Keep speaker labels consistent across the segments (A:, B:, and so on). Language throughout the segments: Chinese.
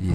A: 以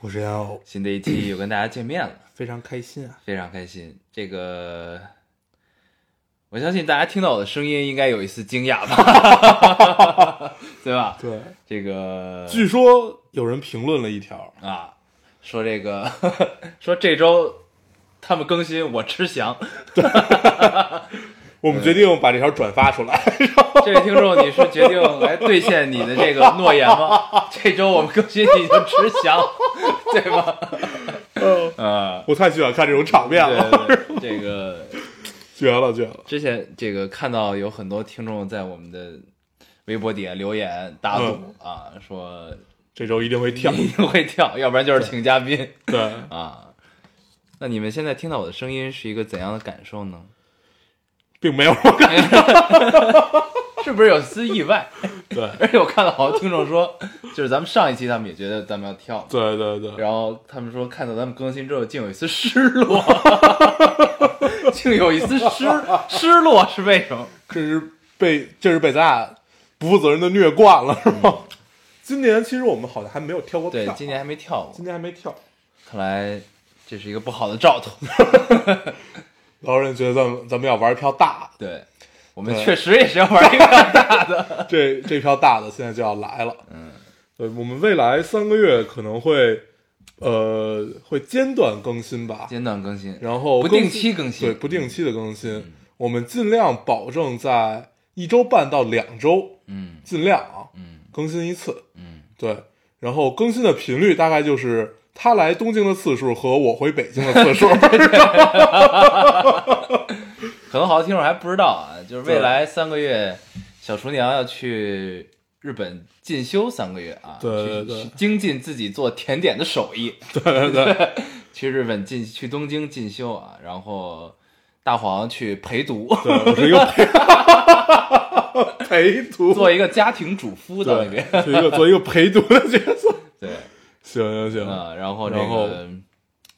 B: 我是要
A: 新的一期又跟大家见面了，
B: 非常开心啊！
A: 非常开心。这个，我相信大家听到我的声音应该有一丝惊讶吧，对吧？
B: 对，
A: 这个
B: 据说有人评论了一条，
A: 啊，说这个 说这周他们更新我吃翔，
B: 我们决定把这条转发出来。
A: 这位听众你是决定来兑现你的这个诺言吗？这周我们更新你就吃翔， 对 吧？啊，
B: 我太喜欢看这种场面了，
A: 对对对，这个
B: 绝了绝了！
A: 之前这个看到有很多听众在我们的微博底下留言打赌、啊，说
B: 这周一定会跳。
A: 一定会跳， 要不然就是请嘉宾
B: 对，
A: 啊。那你们现在听到我的声音是一个怎样的感受呢？
B: 并没有我感
A: 是不是有丝意外？
B: 对
A: 而且我看到好多听众说，就是咱们上一期他们也觉得咱们要跳，
B: 对对对，
A: 然后他们说看到咱们更新之后，竟有一丝失落，竟有一丝失失落是为什么？
B: 这是被这是被咱俩不负责任的虐惯了，是吗？今年其实我们好像还没有跳过
A: 对
B: 票，，
A: 今年还没跳过
B: 嗯今，年还没跳。
A: 看来这是一个不好的兆 头。
B: 老有人觉得咱们咱们要玩一票大，
A: 对，我们
B: 对
A: 确实也是要玩一个
B: 这这票大的现在就要来了。嗯，呃，我们未来三个月可能会，呃，会间断更新吧，
A: 间断更新，
B: 然后
A: 不
B: 更
A: 定
B: 新
A: 期更新嗯
B: 对，不定期的更新，我们尽量保证在一周半到两周，
A: 嗯
B: 尽量啊
A: 嗯
B: 更新一次。
A: 嗯，
B: 对，然后更新的频率大概就是他来东京的次数和我回北京的 次数。
A: 可能好多听众还不知道啊，就是未
B: 对
A: 来三个月，小厨娘要去日本进修三个月啊，
B: 对对
A: 去
B: 对
A: 去精进自己做甜点的手艺，
B: 对对
A: 去日本进去东京进修啊，然后大黄去陪读，
B: 对，我是一个陪 陪读，
A: 做一个家庭主夫到那边，
B: 对，做一个做一个陪读的角色。
A: 对，
B: 行行行，
A: 嗯，然后这
B: 然后
A: 个，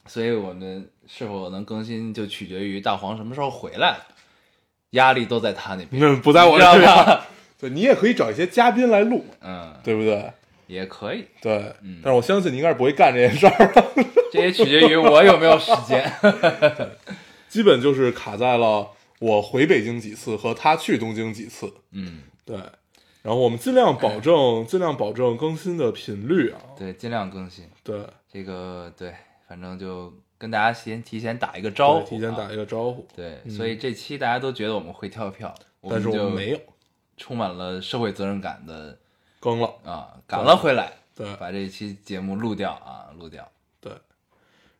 A: 所以我们是否能更新就取决于大黄什么时候回来，压力都在他那边，
B: 那不在我
A: 知道
B: 这边。
A: 吧？
B: 对你也可以找一些嘉宾来录，
A: 嗯，
B: 对不对？
A: 也可以，
B: 对，
A: 嗯
B: 但是我相信你应该是不会干这件事儿 的。
A: 这也取决于我有没有时间。
B: 基本就是卡在了我回北京几次和他去东京几次。
A: 嗯，
B: 对，然后我们尽量保证，尽量保证更新的频率啊。
A: 对，尽量更新
B: 对，
A: 这个，对，反正就跟大家先提前打一个招
B: 对
A: 呼、啊，
B: 提前打一个招呼，
A: 对，所以这期大家都觉得我们会跳票，
B: 但是我
A: 就
B: 们没有
A: 充满了社会责任感的
B: 更了。
A: 啊，赶了回来，
B: 对
A: 把这期节目录掉啊，录掉。
B: 对，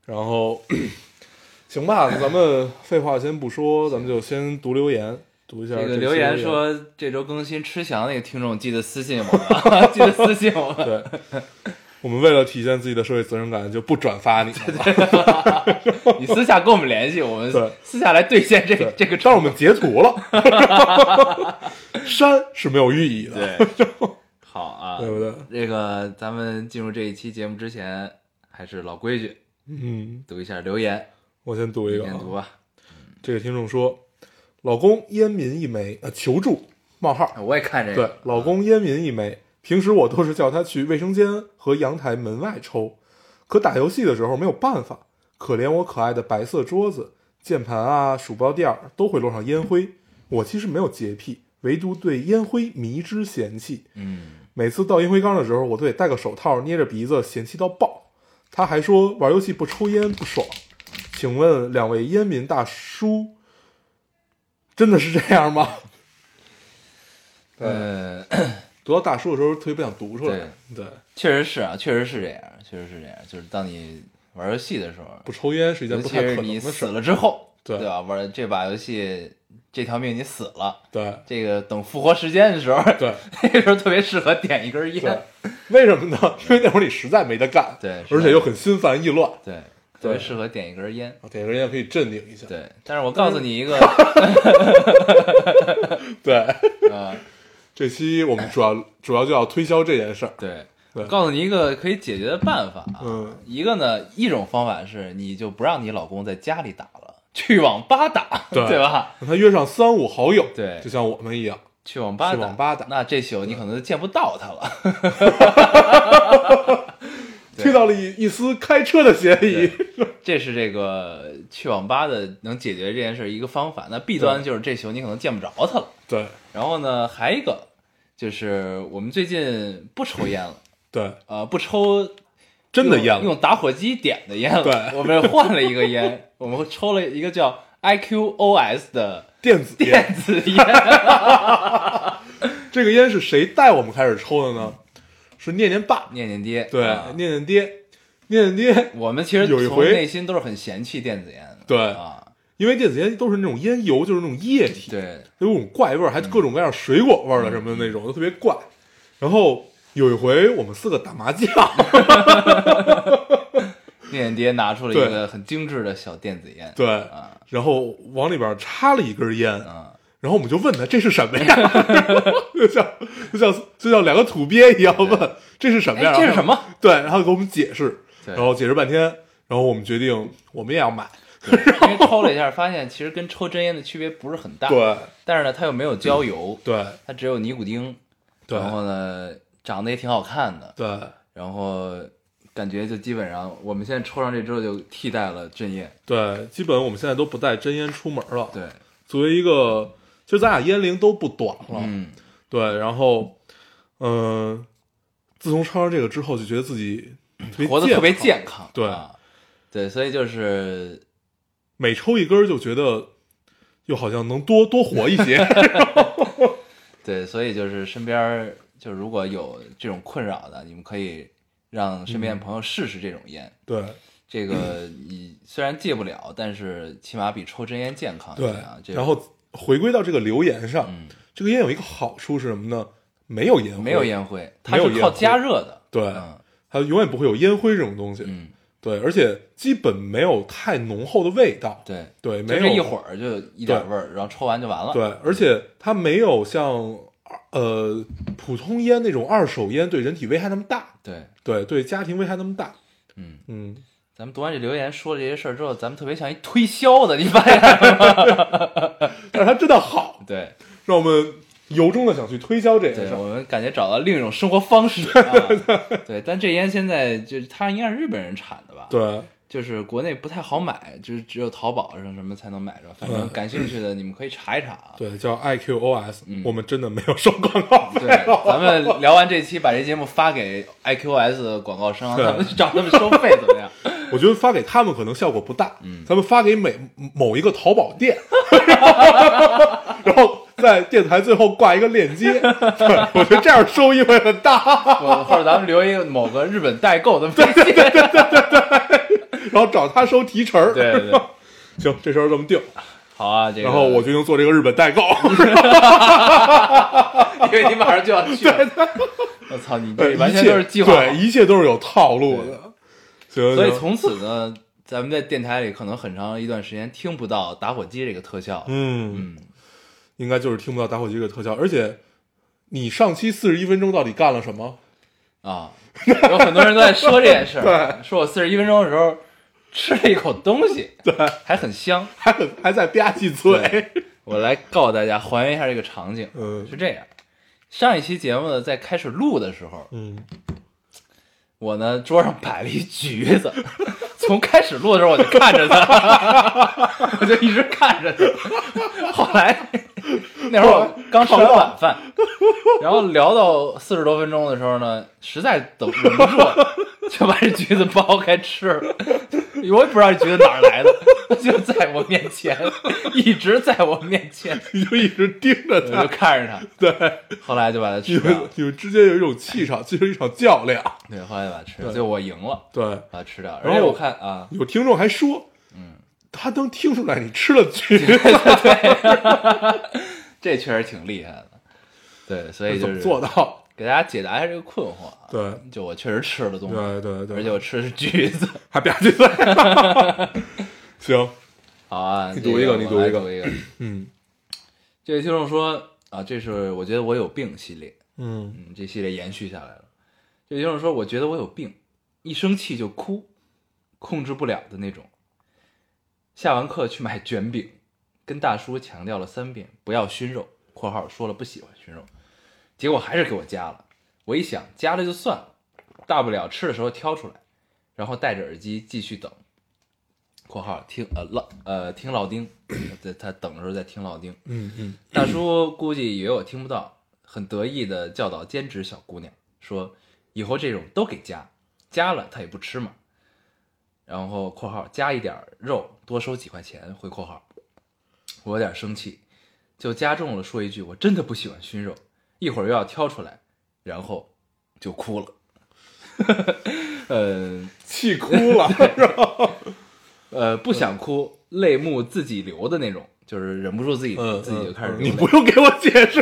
B: 然后 行吧，咱们废话先不说，咱们就先读留言，读一下
A: 这个
B: 期
A: 留言说这周更新吃翔那个听众，记得私信我们啊， 记得私信我们。
B: 对，我们为了体现自己的社会责任感，就不转发你了。
A: 你私下跟我们联系，我们
B: 对
A: 私下来兑现这个
B: 对，
A: 这个
B: 但
A: 承
B: 是我们截图了， 删是没有寓意的，
A: 对， 好啊，
B: 对不对？
A: 这个咱们进入这一期节目之前，还是老规矩，
B: 嗯，
A: 读一下留言，
B: 我先读一个啊，
A: 先读吧。
B: 这个听众说，老公烟民一枚，呃，求助冒号，
A: 哎我也看这
B: 对
A: 个，，
B: 老公烟民一枚。平时我都是叫他去卫生间和阳台门外抽，可打游戏的时候没有办法。可怜我可爱的白色桌子、键盘啊、鼠标垫儿都会落上烟灰。我其实没有洁癖，唯独对烟灰迷之嫌弃。
A: 嗯，
B: 每次倒烟灰缸的时候，我都得戴个手套，捏着鼻子嫌弃到爆。他还说玩游戏不抽烟不爽。请问两位烟民大叔，真的是这样吗？
A: 呃，
B: 读到大叔的时候，特别不想读出来。对，
A: 确实是啊，确实是这样，确实是这样。就是当你玩游戏的时候，
B: 不抽烟是一件
A: 尤
B: 不
A: 其
B: 太
A: 是
B: 可能
A: 你
B: 的
A: 死
B: 事。
A: 了之后，
B: 对
A: 吧？玩这把游戏，这条命你死了，
B: 对
A: 这个等复活时间的时候，
B: 对
A: 那时候特别适合点一根
B: 对
A: 烟。，
B: 为什么呢？因为那会儿你实在没得干，
A: 对是
B: 而且又很心烦意乱。啊
A: 对，特
B: 对
A: 别适合点一根烟。
B: 点根烟可以镇定一下。
A: 对，但是我告诉你一个
B: 对，
A: 啊，
B: 这期我们主要主要就要推销这件事儿。
A: 对，
B: 对
A: 我告诉你一个可以解决的办法啊。
B: 嗯
A: 一个呢，一种方法是你就不让你老公在家里打了，去网吧打，
B: 对
A: 吧？
B: 让他约上三五好友，
A: 对
B: 就像我们一样，
A: 去网吧打，
B: 去网吧打
A: 那这宿你可能就见不到他了。对
B: 听到了一一丝开车的嫌疑。
A: 这是这个去网吧的能解决这件事儿一个方法。那弊端就是这宿你可能见不着他了。
B: 对
A: 然后呢，还一个就是我们最近不抽烟了，
B: 对，
A: 呃，不抽
B: 真的烟
A: 用
B: 了。
A: 用打火机点的烟了。
B: 对
A: 我们换了一个烟， 我们抽了一个叫 IQOS 的
B: 电子烟
A: 电，子烟。
B: 这个烟是谁带我们开始抽的呢？是念念爸，
A: 念念爹，
B: 对，
A: 啊
B: 念念爹，念念爹，
A: 我们其实
B: 有一
A: 从
B: 回
A: 内心都是很嫌弃电子烟的。
B: 对
A: 啊，
B: 因为电子烟都是那种烟油，就是那种液体，
A: 对，嗯
B: 有种怪味儿，还各种各样水果味儿的什么的那种，都特别怪。然后有一回我们四个打麻将，
A: 啊念念爹拿出了一
B: 对
A: 个很精致的小电子烟。
B: 对，
A: 啊，
B: 然后往里边插了一根烟，
A: 嗯，
B: 然后我们就问他这是什么呀？ 就像就像就像两个土鳖一样问这是什么呀？
A: 哎这是
B: 然后
A: 什么？
B: 对，然后给我们解释，
A: 对
B: 然后解释半天，然后我们决定我们也要买。
A: 因为抽了一下，发现其实跟抽真烟的区别不是很大。，
B: 对
A: 但是呢，它又没有焦油，
B: 对
A: 它只有尼古丁。
B: 对
A: 然后呢，长得也挺好看的，
B: 对
A: 然后感觉就基本上，我们现在抽上这之后就替代了镇烟。
B: 对，基本我们现在都不带真烟出门了。，
A: 对，
B: 作为一个，其实咱俩烟龄都不短了。
A: 嗯，
B: 对，然后，嗯、自从抽上这个之后，就觉得自己特别
A: 活得
B: 健
A: 特别
B: 康
A: 健康。
B: 对
A: 啊，对，所以就是
B: 每抽一根儿就觉得，又好像能多 多活一 些。
A: 对，所以就是身边儿就如果有这种困扰的，你们可以让身
B: 嗯
A: 边的朋友试试这种烟。
B: 对
A: 这 个你虽然戒不了，但是起码比抽真烟健康一
B: 对
A: 点啊。这，个
B: 然后回归到这个留言上，
A: 嗯
B: 这个烟有一个好处是什么呢？没有烟灰，
A: 没有，烟灰，它
B: 没有
A: 是靠
B: 烟灰
A: 加热的。
B: 对
A: 嗯
B: 它永远不会有烟灰这种东西。
A: 嗯，
B: 对，而且基本没有太浓厚的味道。
A: 对，
B: 对，没
A: 就
B: 有
A: 这一会儿就一点味儿，然后抽完就完了。
B: 对，而且它没有像呃普通烟那种二手烟对人体危害那么大，
A: 对
B: 对对家庭危害那么大。
A: 嗯，
B: 嗯，
A: 咱们读完这留言说了这些事儿之后，咱们特别像一推销的，你发现没？
B: 但是它真的好，
A: 对
B: 让我们由衷的想去推销这件
A: 对，
B: 事儿。
A: 我们感觉找到另一种生活方式啊。对，但这烟现在就是它应该是日本人产的吧？，
B: 对
A: 就是国内不太好买，就是只有淘宝上什么才能买着。反正
B: 嗯
A: 感兴趣的你们可以查一查啊。
B: 对，叫 IQOS，、
A: 嗯
B: 我们真的没有收广告费
A: 对，
B: 了。
A: 咱们聊完这期，把这节目发给 IQS 的广告 商，
B: 对
A: 咱们去找他们收费怎么样？
B: 我觉得发给他们可能效果不大，嗯，咱们发给每某一个淘宝店， 然后在电台最后挂一个链接，对我觉得这样收益会很大。
A: 或或者咱们留一个某个日本代购的微信。
B: 然后找他收提成儿。
A: 对对对，
B: 行，这事儿这么定。
A: 好啊，这个。
B: 然后我决定做这个日本代购，
A: 因为你马上就要 去了。 我操，你这完全
B: 一切
A: 都是计划好。
B: 对，一切都是有套路的。行，
A: 所以
B: 行
A: 从此呢，咱们在电台里可能很长一段时间听不到打火机这个特效。
B: 嗯，
A: 嗯，
B: 应该就是听不到打火机这个特效，而且你上期四十一分钟到底干了什么？
A: 啊，有很多人都在说这件事儿，
B: 对
A: 说我四十一分钟的时候吃了一口东 西，对，还很香。
B: 还很还在吧唧嘴。
A: 我来告诉大家，还原一下这个场景。
B: 嗯
A: 是这样，上一期节目呢，在开始录的时候，
B: 嗯，
A: 我呢桌上摆了一橘子，从开始录的时候我就看着他， 我就一直看着他。后来那会儿我刚吃完晚饭，然后聊到四十多分钟的时候呢，实在等忍不住了，就把这橘子剥开吃了。我也不知道这橘子哪儿来的，就在我面前，一直在我面前，
B: 你就一直盯着
A: 我就
B: 他，
A: 看着
B: 对，
A: 它，后来就把它
B: 你
A: 吃掉
B: 们
A: 了。
B: 你们之间有一种气场，进入一场较量。
A: 对，后来就把它吃掉，
B: 对
A: 最后我赢了，
B: 对，
A: 把它吃掉。而
B: 然
A: 且
B: 后
A: 我看啊，
B: 有听众还说，嗯，他能听出来你吃了橘子，
A: 这确实挺厉害的。对，所以就
B: 怎么
A: 是
B: 做到？
A: 给大家解答一下这个困惑啊。
B: 对，
A: 就我确实吃了东西，
B: 对对对，啊
A: 而且我吃的是橘子。
B: 还吧唧嘴。 行，
A: 好啊，
B: 你读一个
A: 这
B: 你读一
A: 我来
B: 个
A: 读一个。
B: 嗯
A: 这位听众说啊，这是我觉得我有病系列，
B: 嗯，
A: 嗯，这系列延续下来了。这位听众说，我觉得我有病，一生气就哭，控制不了的那种。下完课去买卷饼，跟大叔强调了三遍不要熏肉（括号说了不喜欢熏肉），结果还是给我加了。我一想，加了就算了，大不了吃的时候挑出来，然后戴着耳机继续等。（括号听呃老呃听老丁， 在他等的时候在听老丁。）
B: 嗯嗯，
A: 大叔估计以为我听不到，很得意的教导兼职小姑娘说：“以后这种都给加，加了她也不吃嘛。”然后（括号加一点肉，多收几块钱）回括号。我有点生气，就加重了说一句：“我真的不喜欢熏肉，一会儿又要挑出来。”然后就哭了。 呃
B: 气哭了，是吧？
A: 呃，不想哭，泪目自己流的那种，就是忍不住自己、
B: 嗯，
A: 自己就开始
B: 嗯
A: 流泪。
B: 你不用给我解 释，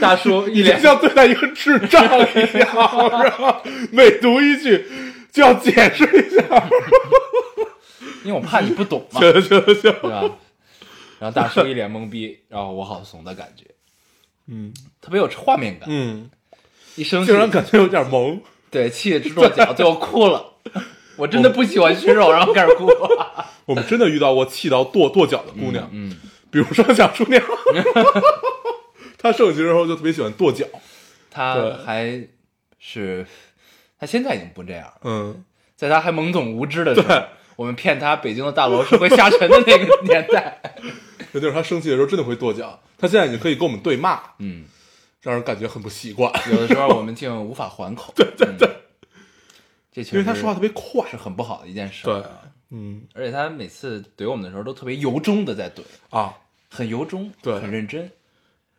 A: 大叔一
B: 你就
A: 脸
B: 像对待一个智障一样，是吧？每读一句就要解释一下，
A: 因为我怕你不懂 嘛，
B: 行行行，
A: 对吧？然后大叔一脸懵逼，然后我好怂的感觉，
B: 嗯
A: 特别有画面感。
B: 嗯，
A: 一生气
B: 竟，然感觉有点萌，
A: 对，气得直跺 脚，最后哭了。我真的不喜欢熏肉，然后开始哭。
B: 我们真的遇到过气到跺跺脚的姑娘，
A: 嗯，
B: 比如说小叔娘， 她升级之后就特别喜欢跺脚，
A: 他
B: 对
A: 还是他现在已经不这样了，
B: 嗯，
A: 在他还懵懂无知的时候
B: 对，
A: 我们骗他北京的大楼是会下沉的那个年代。
B: 那就是她生气的时候真的会跺脚，她现在已经可以跟我们对骂，
A: 嗯，
B: 让人感觉很不习惯，
A: 有的时候我们竟无法还 口。对对对，这确实
B: 因为她说话特别快
A: 是，很不好的一件事。
B: 对，嗯
A: 而且他每次怼我们的时候都特别由衷的在怼，
B: 啊，
A: 很由衷，
B: 对
A: 很认真，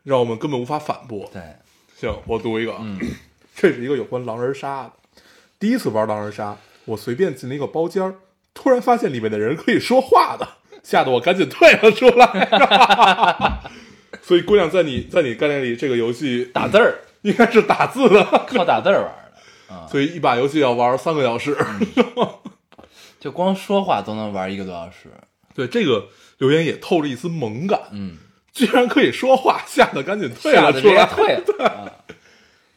B: 让我们根本无法反驳。
A: 对，
B: 行，我读一个，嗯，这是一个有关狼人杀的。第一次玩狼人杀，我随便进了一个包间儿，突然发现里面的人可以说话的，吓得我赶紧退了出来。 所以姑娘在你在你概念里，这个游戏
A: 打字儿，
B: 应该是打字的，
A: 靠打字儿玩的，
B: 所以一把游戏要玩三个小时。
A: 就光说话都能玩一个多小时，
B: 对这个留言也透着一丝萌感，
A: 嗯，
B: 居然可以说话，吓得赶紧退
A: 吓
B: 了
A: 得
B: 啊出
A: 直接
B: 来。
A: 退了， 啊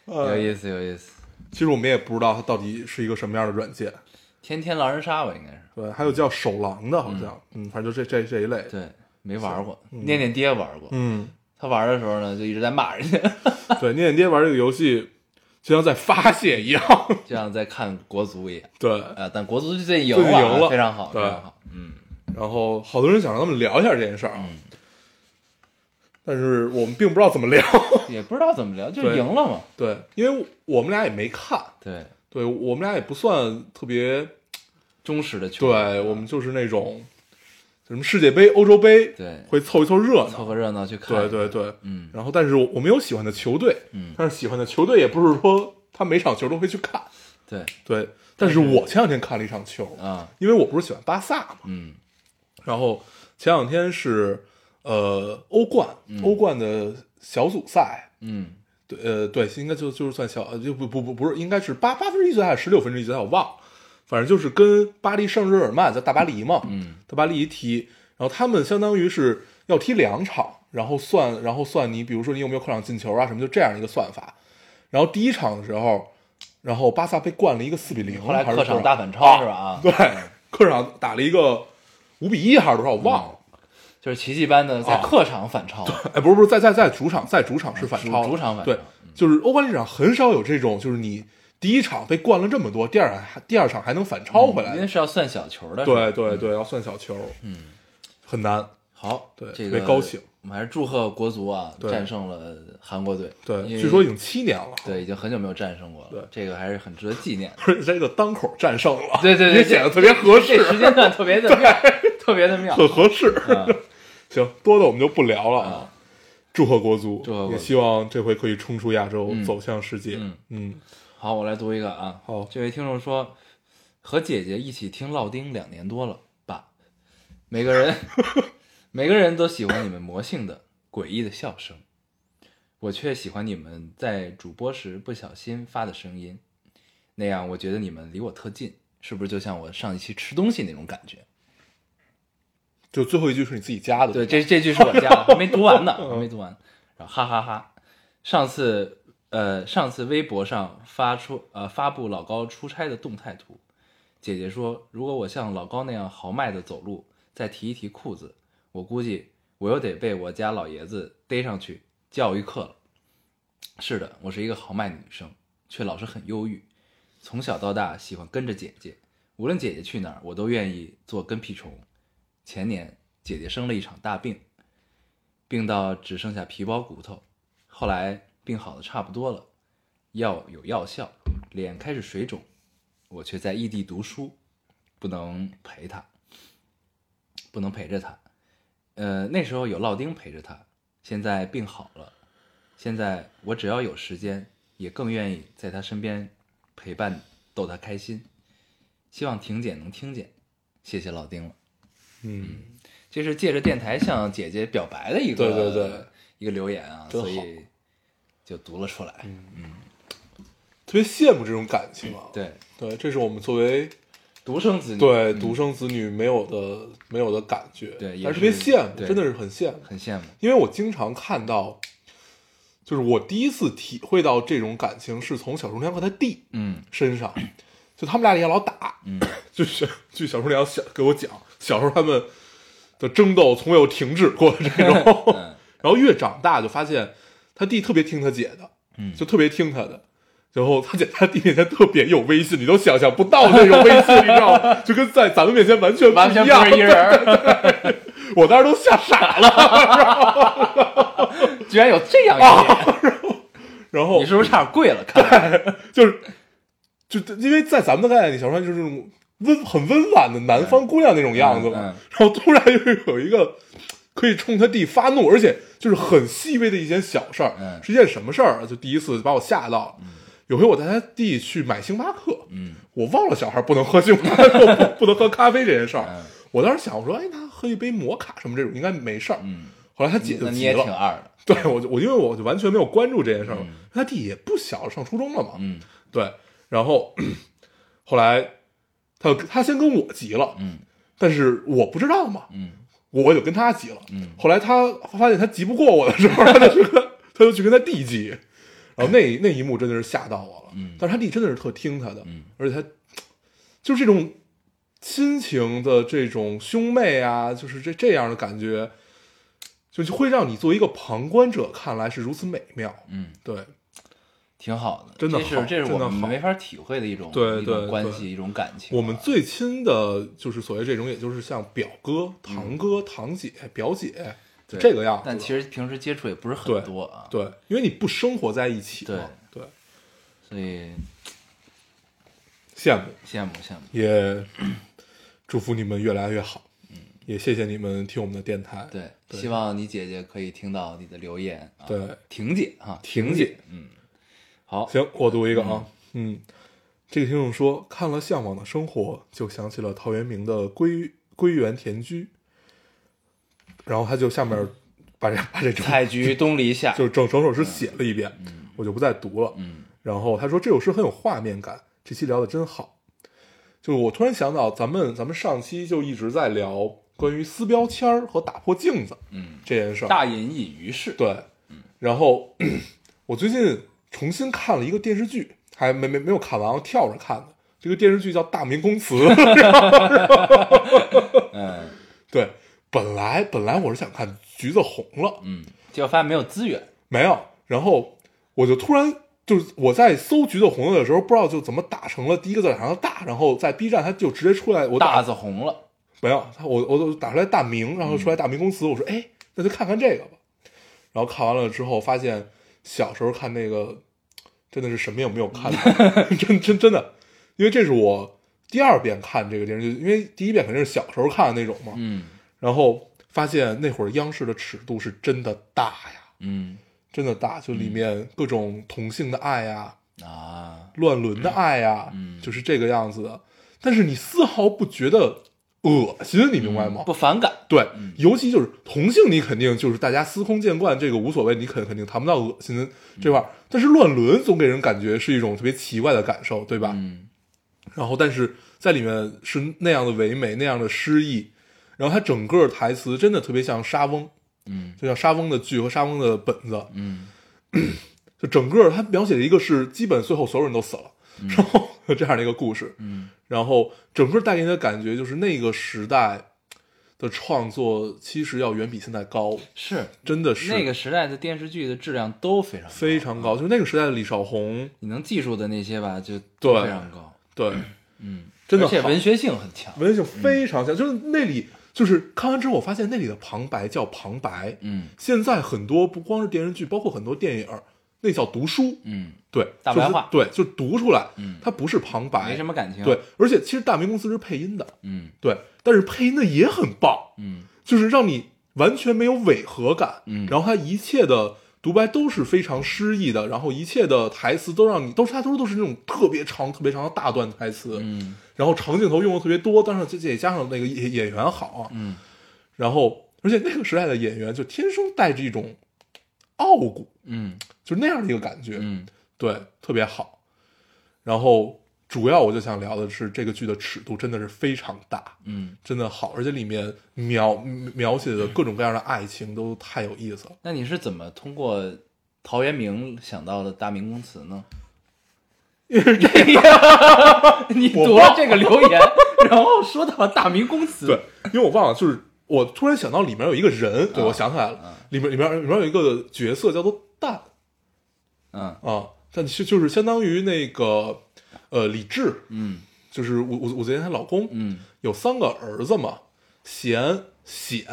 A: 有
B: 呃，
A: 意思，有意思，
B: 其实我们也不知道它到底是一个什么样的软件。
A: 天天狼人杀吧，应该是，
B: 对，还有叫手狼的，好像，嗯，反正就这这这一类。
A: 对，没玩过，念念爹玩过，
B: 嗯，
A: 他玩的时候呢就一直在骂人家，
B: 对，念念爹玩这个游戏就像在发泄一样。
A: 就像在看国足一样，
B: 对，
A: 啊，但国足最近赢
B: 最近
A: 啊
B: 赢了
A: 非常好，非
B: 对
A: 常好，嗯，
B: 然后好多人想让他们聊一下这件事儿啊，但是我们并不知道怎么聊。
A: 也不知道怎么聊，就
B: 对
A: 赢了嘛，
B: 对，因为我们俩也没看，
A: 对，
B: 对我们俩也不算特别，
A: 忠实的球迷，
B: 对我们就是那种什么世界杯、欧洲杯，
A: 对
B: 会凑一凑热
A: 凑
B: 闹。
A: 个热闹去看，
B: 对对对，
A: 嗯
B: 然后但是我我们有喜欢的球队，
A: 嗯
B: 但是喜欢的球队也不是说他每场球都会去看。
A: 对，
B: 对，但是
A: 嗯
B: 我前两天看了一场球，
A: 啊，
B: 因为我不是喜欢巴萨嘛，
A: 嗯
B: 然后前两天是呃欧冠，欧冠的小组赛，
A: 嗯。
B: 对，呃，对，应该就就是算小，呃，就不不不不是，应该是八八分之一决赛还是十六分之一决赛，我忘了，反正就是跟巴黎圣日耳曼在大巴黎嘛，
A: 嗯，
B: 大巴黎踢，然后他们相当于是要踢两场，然后算，然后算你，比如说你有没有客场进球啊什么，就这样一个算法。然后第一场的时候，然后巴萨被灌了一个四比零，
A: 后来
B: 还是
A: 客
B: 多
A: 场
B: 少
A: 大反超是吧？啊，
B: 对，客场打了一个五比一还是多少，我忘
A: 嗯
B: 了。
A: 就是奇迹般的在客场反超，
B: 哎，不是不是，在在在主场，在主场是反超，
A: 主主场反超嗯
B: 对，就是欧冠历史上很少有这种，就是你第一场被灌了这么多，第二场第二场还能反超回
A: 嗯
B: 来
A: 因
B: 的。
A: 为是要算小球的。是吧
B: 对，对对，要算小球，嗯，很难。
A: 好，
B: 对
A: 这
B: 特别
A: 个
B: 高兴，
A: 我们还是祝贺国足啊
B: 对
A: 战胜了韩国队。
B: 对，
A: 因为
B: 据说已经七年了，
A: 对已经很久没有战胜过了，
B: 对
A: 这个还是很值得纪念 的。
B: 而且这个当口战胜了，
A: 对对对
B: 也显得特别合适
A: 这，时间段特别的妙，特别的妙。
B: 很合适。
A: 嗯
B: 行，多的我们就不聊了啊。祝贺国足，
A: 祝贺国足
B: 也希望这回可以冲出亚洲，
A: 嗯
B: 走向世界。
A: 嗯
B: 嗯，
A: 好，我来读一个啊。
B: 好
A: 这位听众说，和姐姐一起听《烙丁》两年多了吧，每个人每个人都喜欢你们魔性的诡异的笑声。我却喜欢你们在主播时不小心发的声音，那样我觉得你们离我特近，是不是就像我上一期吃东西那种感觉？
B: 就最后一句是你自己加的，
A: 对，这这句是我加的，还没读完呢，还没读完。然后哈哈哈上次呃，上次微博上发出呃发布老高出差的动态图，姐姐说，如果我像老高那样豪迈的走路，再提一提裤子，我估计我又得被我家老爷子逮上去教育课了。是的，我是一个豪迈的女生，却老是很忧郁。从小到大喜欢跟着姐姐，无论姐姐去哪儿，我都愿意做跟屁虫。前年姐姐生了一场大病，病到只剩下皮包骨头，后来病好的差不多了，药有药效，脸开始水肿，我却在异地读书，不能陪她，不能陪着她。呃，那时候有烙丁陪着她，现在病好了，现在我只要有时间，也更愿意在她身边陪伴，逗她开心。希望婷姐能听见，谢谢老丁了。
B: 嗯，
A: 这是借着电台向姐姐表白的一个
B: 对对对
A: 一个留言啊，
B: 真好嗯
A: 所以就读了出来。
B: 特别羡慕这种感情啊。
A: 对，
B: 对，这是我们作为
A: 独生子女
B: 对
A: 嗯
B: 独生子女没有的没有的感觉，
A: 对也
B: 但是特别
A: 是
B: 羡慕，
A: 对
B: 真的是很羡慕。
A: 很羡慕。
B: 因为我经常看到，就是我第一次体会到这种感情是从小厨娘和他弟
A: 嗯
B: 身上，就他们俩也老打，
A: 嗯，
B: 就是据小厨娘小给我讲，小时候他们的争斗从未有停止过这种，
A: 嗯
B: 然后越长大就发现他弟特别听他姐的，
A: 嗯
B: 就特别听他的。然后他姐他弟面前特别有威信，你都想象不到那种威信，你知道吗？就跟在咱们面前 完全
A: 完
B: 不
A: 全
B: 一
A: 不
B: 样
A: 是。一人儿，
B: 我当时都吓傻了。
A: 居然有这样一
B: 哦
A: 点，
B: 然后
A: 你是不是差点跪了？看来
B: 就是，就因为在咱们的概念里，小川就是那种温很温婉的南方姑娘那种样子嘛。
A: 嗯嗯
B: 然后突然又有一个可以冲他弟发怒，而且就是很细微的一件小事儿，
A: 嗯
B: 是一件什么事儿啊？就第一次把我吓到了。有回我带他弟去买星巴克，
A: 嗯
B: 我忘了小孩不能喝星巴克、不不能喝咖啡这件事儿。
A: 嗯
B: 我当时想，我说，哎，那喝一杯摩卡什么这种应该没事儿。
A: 嗯，
B: 后来他姐就
A: 那你
B: 急
A: 也
B: 了，
A: 挺啊嗯二的，
B: 对我就我因为我就完全没有关注这件事儿嘛，他弟也不小，上初中了嘛，
A: 嗯
B: 对，然后后来他他先跟我急了，
A: 嗯
B: 但是我不知道嘛，
A: 嗯
B: 我就跟他急了，
A: 嗯
B: 后来他发现他急不过我的时候，他就去跟他就去跟他弟急，然后那那一幕真的是吓到我了，
A: 嗯
B: 但是他弟真的是特听他的，
A: 嗯
B: 而且他就是这种亲情的这种兄妹啊，就是这这样的感觉，就就会让你作为一个旁观者看来是如此美妙。
A: 嗯，
B: 对，
A: 挺好的，
B: 真的
A: 这
B: 好
A: 是这是
B: 真的
A: 我们
B: 好
A: 没法体会的一种
B: 对
A: 一种
B: 对
A: 关
B: 对
A: 系，一种感情啊。
B: 我们最亲的就是所谓这种，也就是像表哥、堂哥、堂姐、表姐
A: 嗯对
B: 这个样子。
A: 但其，实平时接触也不是
B: 对
A: 很多啊，
B: 对，因为你不生活在一起嘛，对，
A: 所以
B: 羡慕，
A: 羡慕羡慕。
B: 也 祝福你们越来越好。也谢谢你们听我们的电台。
A: 嗯对，
B: 对
A: 希望你姐姐可以听到你的留言啊。
B: 对，
A: 婷姐啊，
B: 婷
A: 姐
B: 姐，
A: 嗯，好，
B: 行，我读一个啊，嗯，这个听众说看了《向往的生活》，就想起了陶渊明的《归归园田居》，然后他就下面把这把这整
A: 采菊东篱下，
B: 就是整整首诗写了一遍，我就不再读了。
A: 嗯
B: 然后他说这首诗很有画面感，这期聊的真好。就是我突然想到，咱们咱们上期就一直在聊关于撕标签儿和打破镜子
A: 嗯，
B: 这件事儿，
A: 大嗯隐隐于市，
B: 对，然后 我最近重新看了一个电视剧，还没没没有看完，我跳着看的。这个电视剧叫《大明宫词》。
A: 嗯
B: 对，本来本来我是想看橘子红了，
A: 嗯，结果发现没有资源，
B: 没有，然后我就突然就是我在搜橘子红的时候，不知道就怎么打成了第一个字打成了大，然后在 B 站它就直接出来我打
A: 大字红了，
B: 没有，他我我就打出来大明，然后出来大明宫词，我说哎，那就看看这个吧。然后看完了之后，发现小时候看那个真的是什么也没有看到， 真真真的，因为这是我第二遍看这个电视剧，因为第一遍肯定是小时候看的那种嘛。
A: 嗯
B: 然后发现那会儿央视的尺度是真的大呀，
A: 嗯
B: 真的大，就里面各种同性的爱呀、
A: 啊，
B: 乱伦的爱呀、啊
A: 嗯
B: 就是这个样子的。但是你丝毫不觉得恶心，你明白吗？
A: 不反感，
B: 对，尤其就是同性，你肯定就是大家司空见惯，这个无所谓，你肯肯定谈不到恶心
A: 嗯
B: 这块儿。但是乱伦总给人感觉是一种特别奇怪的感受，对吧？
A: 嗯，
B: 然后但是在里面是那样的唯美，那样的诗意，然后它整个台词真的特别像沙翁，
A: 嗯
B: 就像沙翁的剧和沙翁的本子，
A: 嗯，
B: 就整个它描写了一个是基本最后所有人都死了， 然后这样的一个故事，
A: 嗯，
B: 然后整个带给你的感觉就是那个时代的创作其实要远比现在高，
A: 是
B: 真的是
A: 那个时代的电视剧的质量都非常高
B: 非，常高，就是那个时代的李少红，
A: 你能记住的那些吧，就
B: 对
A: 非常高，
B: 对，
A: 嗯，
B: 真的
A: 而且
B: 好
A: 文嗯学性很强，
B: 文性非常像，就是那里就是看完之后，我发现那里的旁白叫旁白，
A: 嗯
B: 现在很多不光是电视剧，包括很多电影，那叫读书，
A: 嗯，
B: 对，
A: 大白话
B: 就是对，就读出来，
A: 嗯
B: 它不是旁白，
A: 没什么感情，
B: 哎对，，而且其实大明公司是配音的，
A: 嗯
B: 对，但是配音的也很棒，
A: 嗯
B: 就是让你完全没有违和感，
A: 嗯
B: 然后它一切的独白都是非常诗意的，然后一切的台词都让你都是它都都是那种特别长、特别长的大段台词，
A: 嗯
B: 然后长镜头用的特别多，但是这这也加上那个演演员好，啊
A: 嗯，
B: 然后而且那个时代的演员就天生带着一种傲骨，
A: 嗯
B: 就是那样的一个感觉，
A: 嗯
B: 对，特别好。然后主要我就想聊的是这个剧的尺度真的是非常大，
A: 嗯，
B: 真的好，而且里面描描写的各种各样的爱情都太有意思了。
A: 那你是怎么通过陶渊明想到的大明宫词呢？ 你
B: 我
A: 读了这个留言， 然后说到了大明宫词，
B: 对，因为我忘了，就是我突然想到里面有一个人，对、
A: 啊
B: 我想起来了，
A: 啊
B: 里面里面里面有一个角色叫做蛋
A: 嗯
B: 啊，但其实就是相当于那个呃李治，
A: 嗯
B: 就是武武武则天她老公、
A: 嗯
B: 有三个儿子嘛，贤、显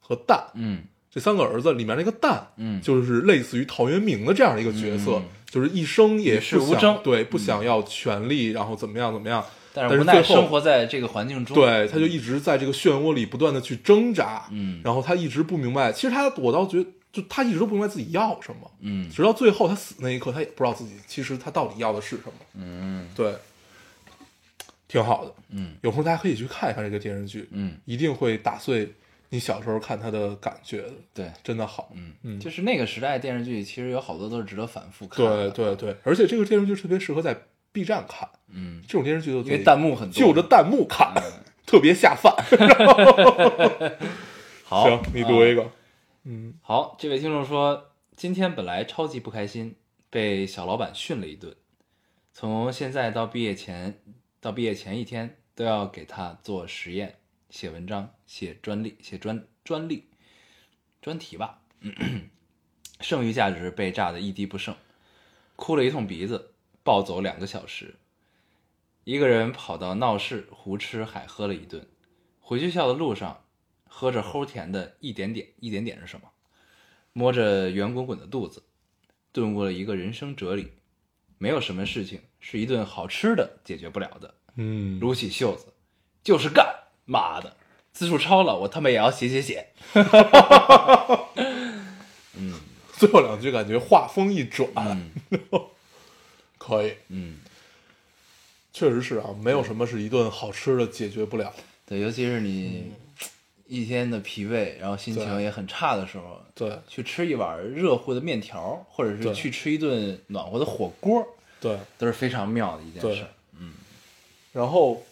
B: 和旦，
A: 嗯
B: 这三个儿子里面那个旦，
A: 嗯，
B: 就是类似于陶渊明的这样的一个角色，
A: 嗯
B: 就是一生也
A: 与世
B: 不想
A: 无争嗯
B: 对，不想要权力，然后怎么样怎么样，
A: 但
B: 但是
A: 无奈
B: 最后
A: 生活在这个环境中，
B: 对，他就一直在这个漩涡里不断的去挣扎，
A: 嗯
B: 然后他一直不明白，其实他我倒觉得，就他一直都不明白自己要什么，
A: 嗯
B: 直到最后他死那一刻，他也不知道自己其实他到底要的是什么，
A: 嗯
B: 对，挺好的，
A: 嗯，
B: 有空大家可以去看一看这个电视剧，
A: 嗯，
B: 一定会打碎你小时候看他的感觉的，
A: 对，
B: 真的好，
A: 嗯
B: 嗯
A: 就是那个时代电视剧，其实有好多都是值得反复看
B: 对
A: 的，
B: 对对，而且这个电视剧特别适合在 B 站看，
A: 嗯，
B: 这种电视剧就
A: 因为弹幕很多，嗯
B: 就着弹幕嗯看，特别下饭。
A: 好，
B: 行，你读一
A: 啊
B: 个，
A: 好，这位听众说，今天本来超级不开心，被小老板训了一顿，从现在到毕业前，到毕业前一天都要给他做实验、写文章、写专利、写专专利、专题吧， 剩余价值被炸得一滴不剩，哭了一通鼻子，暴走两个小时，一个人跑到闹市胡吃海喝了一顿，回学校的路上，喝着齁甜的一点点，一点点是什么？摸着圆滚滚的肚子，顿悟了一个人生哲理：没有什么事情是一顿好吃的解决不了的。
B: 嗯，
A: 撸起袖子，就是干！妈的，字数超了，我他妈也要写写写。
B: 最后两句感觉画风一转，啊可以，
A: 嗯，
B: 确实是啊，没有什么是一顿好吃的解决不了。
A: 对，尤其是你一天的疲惫，然后心情
B: 对
A: 也很差的时乎，
B: 对
A: 去吃一碗热乎的面条，或者
B: 对
A: 是去吃一顿暖和的火锅，
B: 对，
A: 都是非常妙的一件
B: 对
A: 事儿。
B: 然后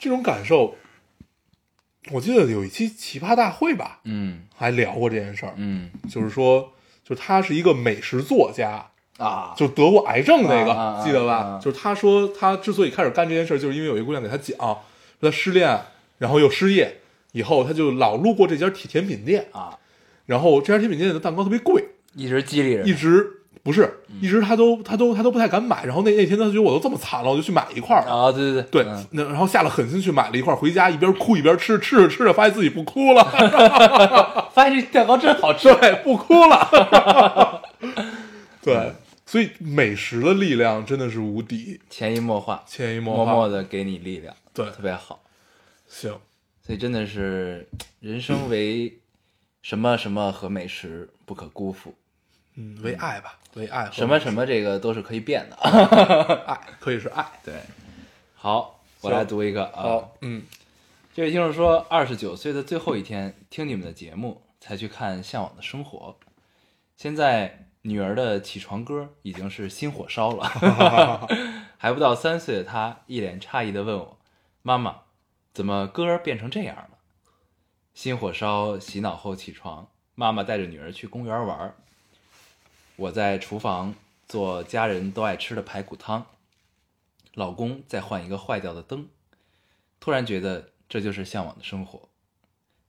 B: 这种感受，我记得有一期《奇葩大会》吧，
A: 嗯
B: 还聊过这件事儿，
A: 嗯
B: 就是说，就他是一个美食作家，
A: 啊，
B: 就得过癌症那个，
A: 啊啊啊
B: 记得吧？
A: 啊
B: 就是他说他之所以开始干这件事儿，就是因为有一个姑娘给他讲，说他失恋，然后又失业，以后他就老路过这家甜甜品店，
A: 啊，
B: 然后这家甜品店的蛋糕特别贵，
A: 一直激励人，
B: 一直不是，
A: 嗯
B: 一直他都他都他都不太敢买，然后那那天他觉得我都这么惨了，我就去买一块儿吧。
A: 啊，对对
B: 对
A: 嗯，
B: 那然后下了狠心去买了一块儿，回家一边哭一边吃，吃着吃着发现自己不哭了，
A: 发现这蛋糕真好吃，
B: 对，不哭了，
A: 嗯
B: 对，所以美食的力量真的是无敌，
A: 潜移默化，
B: 潜移
A: 默
B: 默化，
A: 默的给你力量，
B: 对
A: 特别好。
B: 行，
A: 所以真的是人生为什么什么和美食不可辜负，
B: 嗯，为爱吧，为爱和
A: 什么什么这个都是可以变的。
B: 爱可以是爱，
A: 对，好，我来读一个啊。
B: 好，嗯
A: 这位听众说，二十九岁的最后一天听你们的节目，才去看《向往的生活》。现在女儿的起床歌已经是心火烧了，还不到三岁的她一脸诧异的问我：“妈妈，怎么歌儿变成这样了？”心火烧洗脑后起床，妈妈带着女儿去公园玩儿，我在厨房做家人都爱吃的排骨汤，老公再换一个坏掉的灯。突然觉得这就是向往的生活，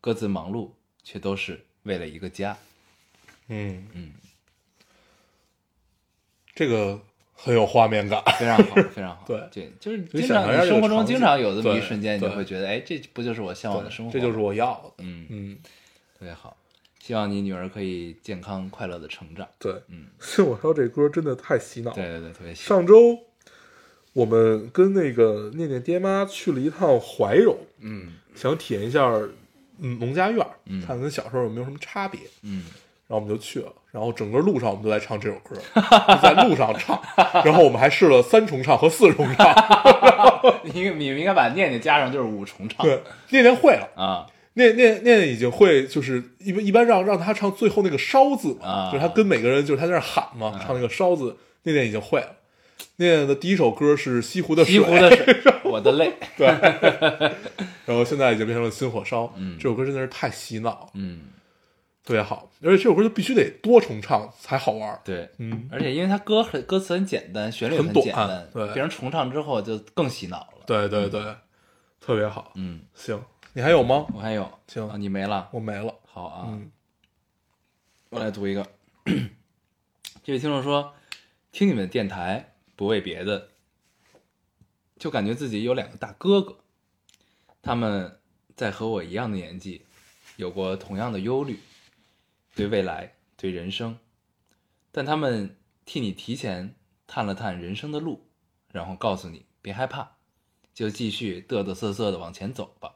A: 各自忙碌，却都是为了一个家。
B: 嗯
A: 嗯，
B: 这个很有画面感。
A: 非常 好，非常好。
B: 对
A: 对，就是
B: 你
A: 经
B: 想
A: 常
B: 象一下
A: 你生活
B: 这个
A: 中
B: 场
A: 经
B: 景
A: 常有这么一
B: 对
A: 瞬间，你就
B: 对
A: 会觉得，哎，这不就是我向往的生活？
B: 这就是，我要的。
A: 嗯，
B: 嗯，
A: 对，好，希望你女儿可以健康快乐的成长。
B: 对，
A: 嗯，
B: 所以我说这歌真的太洗脑了。
A: 对对对，特别喜欢。
B: 上周我们跟那个念念爹妈去了一趟怀柔，
A: 嗯
B: 想体验一下嗯农家院儿，
A: 嗯
B: 看跟小时候有没有什么差别。
A: 嗯，
B: 然后我们就去了，然后整个路上我们都在唱这首歌，就在路上 唱，然后我们还试了三重唱和四重唱，
A: 你应你们应该把念念加上，就是五重唱。
B: 对，念念会了，
A: 啊，
B: 念念念念已经会，就是一般一般让让他唱最后那个烧字嘛，
A: 啊
B: 就是他跟每个人就是他在那儿喊嘛，唱那个烧字，念念已经会了。念念的第一首歌是西湖的水，
A: 西湖的水，我的泪。
B: 对，然后现在已经变成了心火烧，
A: 嗯
B: 这首歌真的是太洗脑了，
A: 嗯，
B: 特别好，而且这首歌就必须得多重唱才好玩儿，
A: 对。
B: 嗯，
A: 而且因为它歌很歌词很简单，旋律也
B: 很短
A: 简单，
B: 对
A: 别人重唱之后就更洗脑了。
B: 对对对，特别好，
A: 嗯，
B: 行，你还有吗？
A: 我还有，
B: 行
A: 啊，你没了，
B: 我没了，
A: 好啊，
B: 嗯
A: 我来读一个。 这位听众说，听你们的电台不为别的，就感觉自己有两个大哥哥，他们在和我一样的年纪，有过同样的忧虑，对未来，对人生，但他们替你提前探了探人生的路，然后告诉你别害怕，就继续嘚嘚瑟瑟的往前走吧。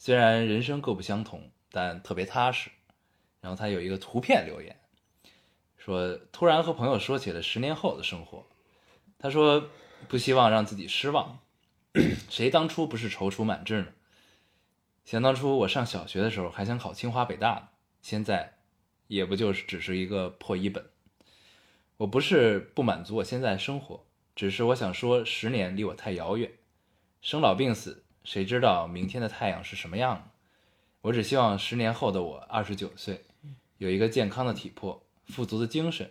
A: 虽然人生各不相同，但特别踏实。然后他有一个图片留言，说突然和朋友说起了十年后的生活，他说不希望让自己失望， 谁当初不是踌躇满志呢？想当初我上小学的时候还想考清华北大呢，现在也不就是只是一个破一本。我不是不满足我现在的生活，只是我想说十年离我太遥远，生老病死，谁知道明天的太阳是什么样呢？我只希望十年后的我，二十九岁，有一个健康的体魄，富足的精神，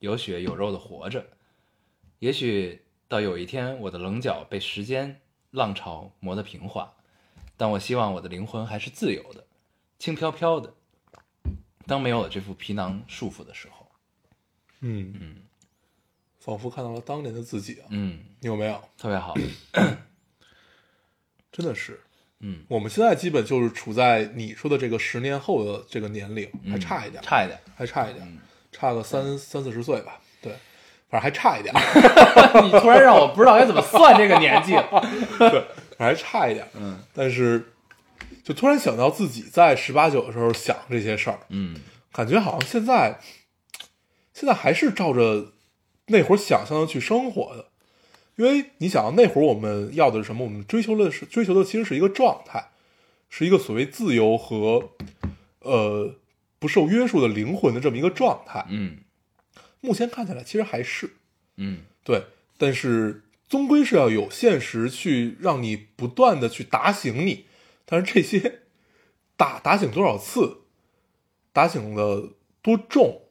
A: 有血有肉的活着。也许到有一天，我的棱角被时间浪潮磨得平滑，但我希望我的灵魂还是自由的，轻飘飘的。当没有了这副皮囊束缚的时候，
B: 嗯嗯，仿佛看到了当年的自己啊，
A: 嗯，
B: 你有没有？
A: 特别好，
B: 真的是，
A: 嗯，
B: 我们现在基本就是处在你说的这个十年后的这个年龄，还
A: 嗯
B: 差一点，
A: 差一点，
B: 还差一点，
A: 嗯
B: 差个三三四十岁吧，对，反正还差 一点，
A: 你突然让我不知道该怎么算这个年纪了。
B: 对，反正还差一点，嗯，但是就突然想到自己在十八九的时候想这些事儿，
A: 嗯，
B: 感觉好像现在现在还是照着那会儿想象的去生活的，因为你想那会儿我们要的是什么？我们追求的是追求的其实是一个状态，是一个所谓自由和呃不受约束的灵魂的这么一个状态。
A: 嗯
B: 目前看起来其实还是
A: 嗯
B: 对，但是终归是要有现实去让你不断的去打醒你，但是这些打打醒多少次，打醒的多重，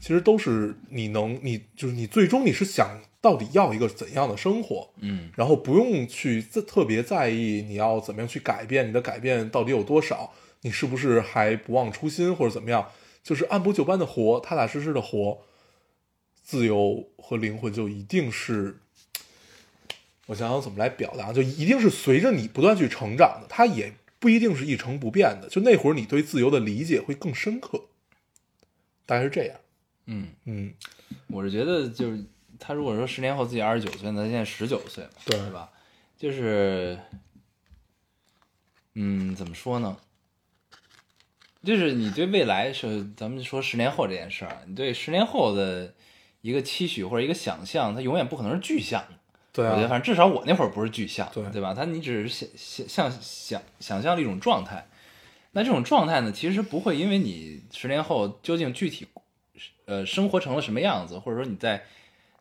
B: 其实都是你能你就是你最终你是想到底要一个怎样的生活，
A: 嗯
B: 然后不用去特特别在意你要怎么样去改变，你的改变到底有多少，你是不是还不忘初心或者怎么样，就是按部就班的活，踏踏实实的活，自由和灵魂就一定是，我想想怎么来表达，就一定是随着你不断去成长的，它也不一定是一成不变的，就那会儿你对自由的理解会更深刻，大概是这样，
A: 嗯，
B: 嗯，
A: 我是觉得就是他如果说十年后自己二十九岁，那他现在十九岁嘛，
B: 对
A: 对吧？就是，嗯，怎么说呢？就是你对未来是，咱们说十年后这件事儿，你对十年后的一个期许或者一个想象，它永远不可能是具象的，
B: 对
A: 我觉得
B: 啊，
A: 反正至少我那会儿不是具象，
B: 对
A: 吧？他你只是想想想想想象了一种状态，那这种状态呢，其实不会因为你十年后究竟具体呃生活成了什么样子，或者说你在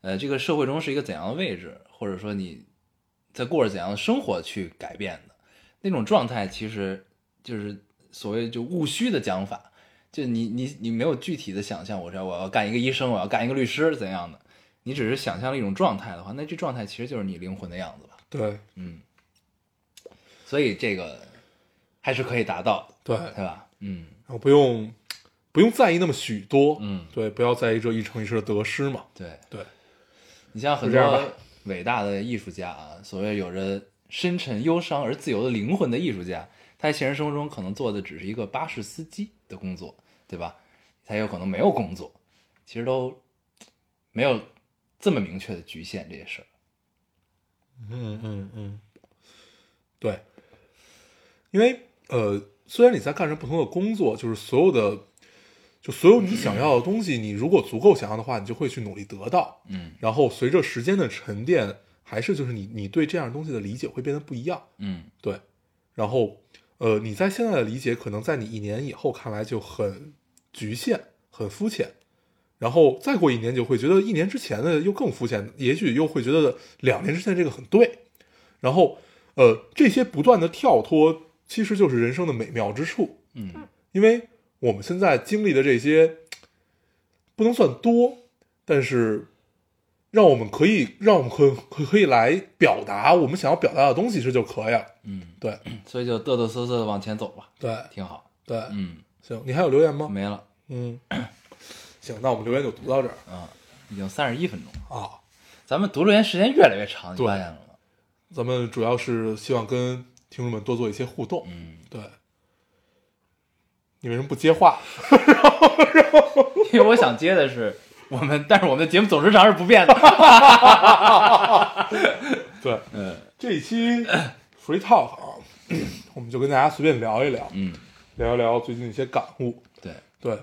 A: 呃这个社会中是一个怎样的位置，或者说你在过着怎样的生活去改变的那种状态，其实就是所谓就务虚的讲法。就你你你没有具体的想象，我说我要干一个医生，我要干一个律师怎样的，你只是想象了一种状态的话，那这状态其实就是你灵魂的样子吧。
B: 对
A: 嗯，所以这个还是可以达到的，
B: 对，
A: 对吧？嗯
B: 然后不用不用在意那么许多，
A: 嗯，
B: 对，不要在意这一城一市的得失嘛，
A: 对
B: 对，
A: 你像很
B: 就这样吧
A: 多伟大的艺术家啊，所谓有着深沉忧伤而自由的灵魂的艺术家，他在现实生活中可能做的只是一个巴士司机的工作，对吧？他有可能没有工作，其实都没有这么明确的局限这些事儿。
B: 嗯嗯嗯，对，因为呃，虽然你在干着不同的工作，就是所有的，就所有你想要的东西，你如果足够想要的话，你就会去努力得到。
A: 嗯
B: 然后随着时间的沉淀，还是就是你你对这样东西的理解会变得不一样。
A: 嗯
B: 对，然后呃，你在现在的理解，可能在你一年以后看来就很局限、很肤浅，然后再过一年就会觉得一年之前的又更肤浅，也许又会觉得两年之前这个很对，然后呃，这些不断的跳脱，其实就是人生的美妙之处，
A: 嗯
B: 因为我们现在经历的这些不能算多，但是让我们可以让我们可可可以来表达我们想要表达的东西，这就可以了。
A: 嗯，
B: 对
A: 所以就嘚嘚瑟瑟的往前走吧，
B: 对
A: 挺好。
B: 对，
A: 嗯，
B: 行，你还有留言吗？
A: 没了，
B: 嗯，行，那我们留言就读到这儿
A: 嗯，已经三十一分钟了，
B: 啊。
A: 咱们读留言时间越来越长，你
B: 对
A: 发现了吗？
B: 咱们主要是希望跟听众们多做一些互动。
A: 嗯，
B: 对，你为什么不接话？
A: 因为我想接的是我们，但是我们的节目总时长是不变 的。
B: 对，
A: 嗯
B: 这一期 Free Talk 啊，我们就跟大家随便聊一聊，
A: 嗯，
B: 聊一聊最近一些感悟。
A: 对，
B: 对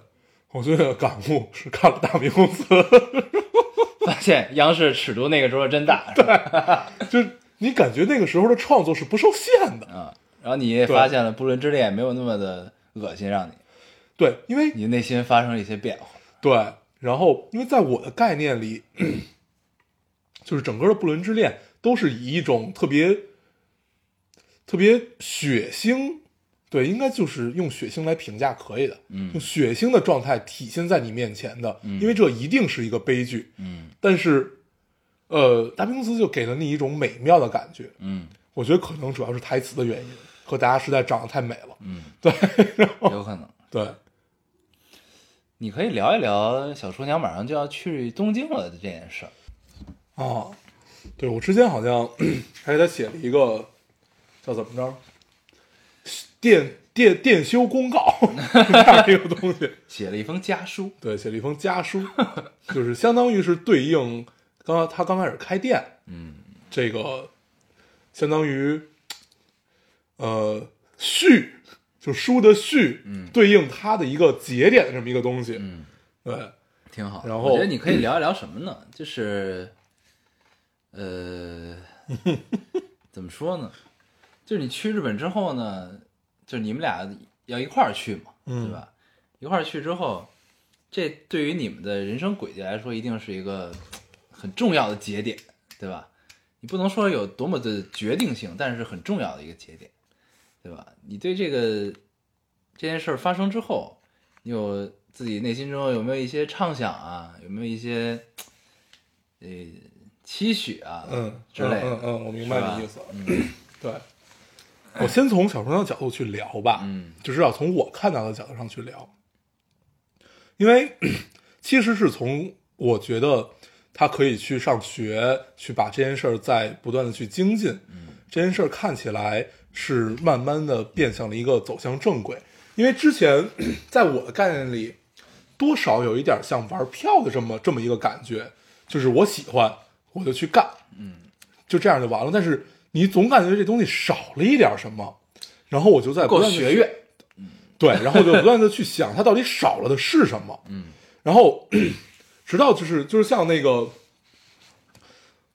B: 我最近的感悟是看了《大明宫词》，
A: 发现央视尺度那个时候真大，是吧？
B: 就是你感觉那个时候的创作是不受限的。
A: 嗯，然后你也发现了《不伦之恋》没有那么的恶心，让你
B: 对，因为
A: 你内心发生了一些变化。
B: 对，然后因为在我的概念里， 就是整个的《不伦之恋》都是以一种特别特别血腥，对，应该就是用血腥来评价可以的，
A: 嗯
B: 用血腥的状态体现在你面前的，因为这一定是一个悲剧。
A: 嗯
B: 但是，呃，大冰司就给了你一种美妙的感觉，
A: 嗯
B: 我觉得可能主要是台词的原因，和大家实在长得太美了，
A: 嗯，
B: 对，
A: 有可能。
B: 对，
A: 你可以聊一聊小厨娘马上就要去东京了的这件事儿。
B: 哦，对我之前好像 还给他写了一个叫怎么着电电电修公告 这样一个东西，
A: 写了一封家书，
B: 对，写了一封家书，就是相当于是对应刚刚他刚开始开店，嗯，这个相当于呃序，就书的序，嗯，对应他的一个节点的这么一个东西，嗯，对，
A: 挺好。
B: 然后
A: 我觉得你可以聊一聊什么 呢？就是，呃，怎么说呢？就是你去日本之后呢，就是你们俩要一块儿去嘛，
B: 嗯
A: 对吧？一块儿去之后，这对于你们的人生轨迹来说，一定是一个很重要的节点，对吧？你不能说有多么的决定性，但是很重要的一个节点，对吧？你对这个这件事儿发生之后，你有自己内心中有没有一些畅想啊？有没有一些呃期许啊？
B: 嗯，
A: 之类的
B: 嗯嗯嗯，我明白你
A: 是吧嗯
B: 意思。 对，我先从小说的角度去聊吧，
A: 嗯，
B: 就至少从我看到的角度上去聊，因为 其实是从我觉得他可以去上学，去把这件事儿再不断的去精进，嗯，这件事儿看起来是慢慢的变向了一个走向正轨，因为之前 在我的概念里，多少有一点像玩票的这么这么一个感觉，就是我喜欢我就去干，就这样就完了。但是你总感觉这东西少了一点什么，然后我就在不
A: 够
B: 断地
A: 学
B: 去
A: 院，
B: 对，然后就不断的去想它到底少了的是什么，嗯， 然后直到就是就是像那个，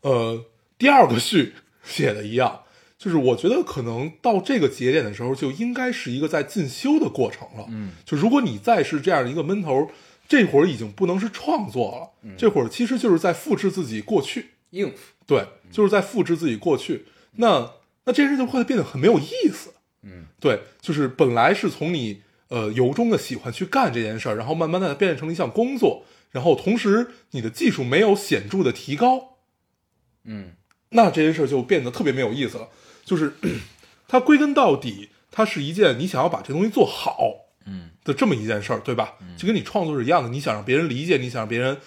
B: 呃，第二个序写的一样，就是我觉得可能到这个节点的时候，就应该是一个在进修的过程了。
A: 嗯，
B: 就如果你再是这样一个闷头，这会儿已经不能是创作了，
A: 嗯
B: 这会儿其实就是在复制自己过去。
A: 应付，
B: 对，就是在复制自己过去。那那这件事就会变得很没有意思。
A: 嗯，
B: 对，就是本来是从你呃由衷的喜欢去干这件事儿，然后慢慢的变成了一项工作，然后同时你的技术没有显著的提高，
A: 嗯
B: 那这件事儿就变得特别没有意思了。就是 它归根到底，它是一件你想要把这东西做好
A: 嗯
B: 的这么一件事儿，对吧？就跟你创作是一样的，你想让别人理解，你想让别人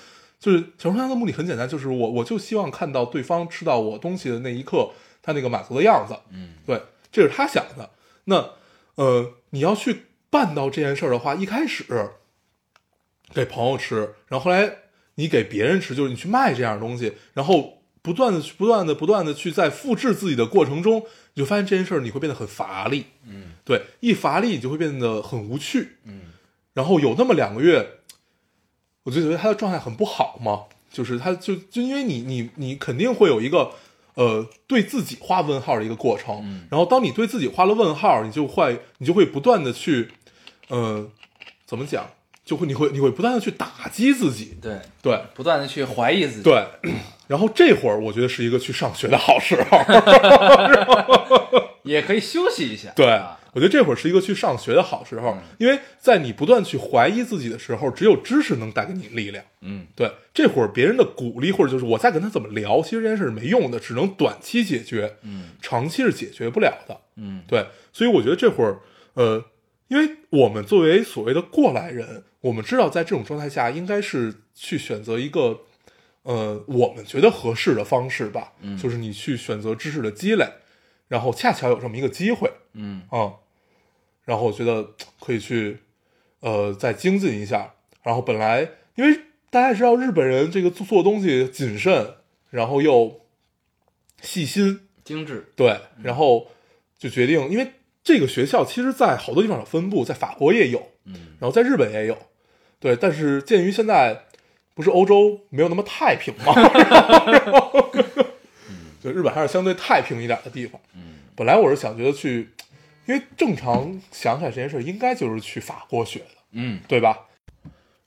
B: 就是小说家的目的很简单，就是我我就希望看到对方吃到我东西的那一刻，他那个满足的样子。
A: 嗯
B: 对，这是他想的。那呃，你要去办到这件事儿的话，一开始给朋友吃，然后后来你给别人吃，就是你去卖这样的东西，然后不断的、不断的、不断的去在复制自己的过程中，你就发现这件事儿你会变得很乏力。
A: 嗯，
B: 对，一乏力你就会变得很无趣。
A: 嗯，
B: 然后有那么两个月，我就觉得他的状态很不好嘛，就是他就就因为你你你肯定会有一个呃对自己画问号的一个过程，
A: 嗯
B: 然后当你对自己画了问号，你就会你就会不断的去，呃，怎么讲，就会你会你会不断的去打击自己，
A: 对，
B: 对
A: 不断的去怀疑自己，，
B: 对，然后这会儿我觉得是一个去上学的好时候，
A: 也可以休息一下，
B: 对
A: 啊，
B: 我觉得这会儿是一个去上学的好时候
A: 嗯，
B: 因为在你不断去怀疑自己的时候，只有知识能带给你力量。
A: 嗯
B: 对，这会儿别人的鼓励或者就是我在跟他怎么聊，其实这件事是没用的，只能短期解决，
A: 嗯
B: 长期是解决不了的。
A: 嗯，
B: 对，所以我觉得这会儿，呃，因为我们作为所谓的过来人，我们知道在这种状态下应该是去选择一个，呃，我们觉得合适的方式吧，
A: 嗯
B: 就是你去选择知识的积累，然后恰巧有这么一个机会，
A: 嗯
B: 啊、然后我觉得可以去，呃，再精进一下。然后本来因为大家也知道日本人这个做做东西谨慎，然后又细心，
A: 精致，
B: 对，然后就决定，因为这个学校其实在好多地方有分布，在法国也有，
A: 嗯
B: 然后在日本也有，对，但是鉴于现在不是欧洲没有那么太平 嘛，就日本还是相对太平一点的地方。
A: 嗯
B: 本来我是想觉得去，因为正常想起来这件事，应该就是去法国学的，
A: 嗯
B: 对吧？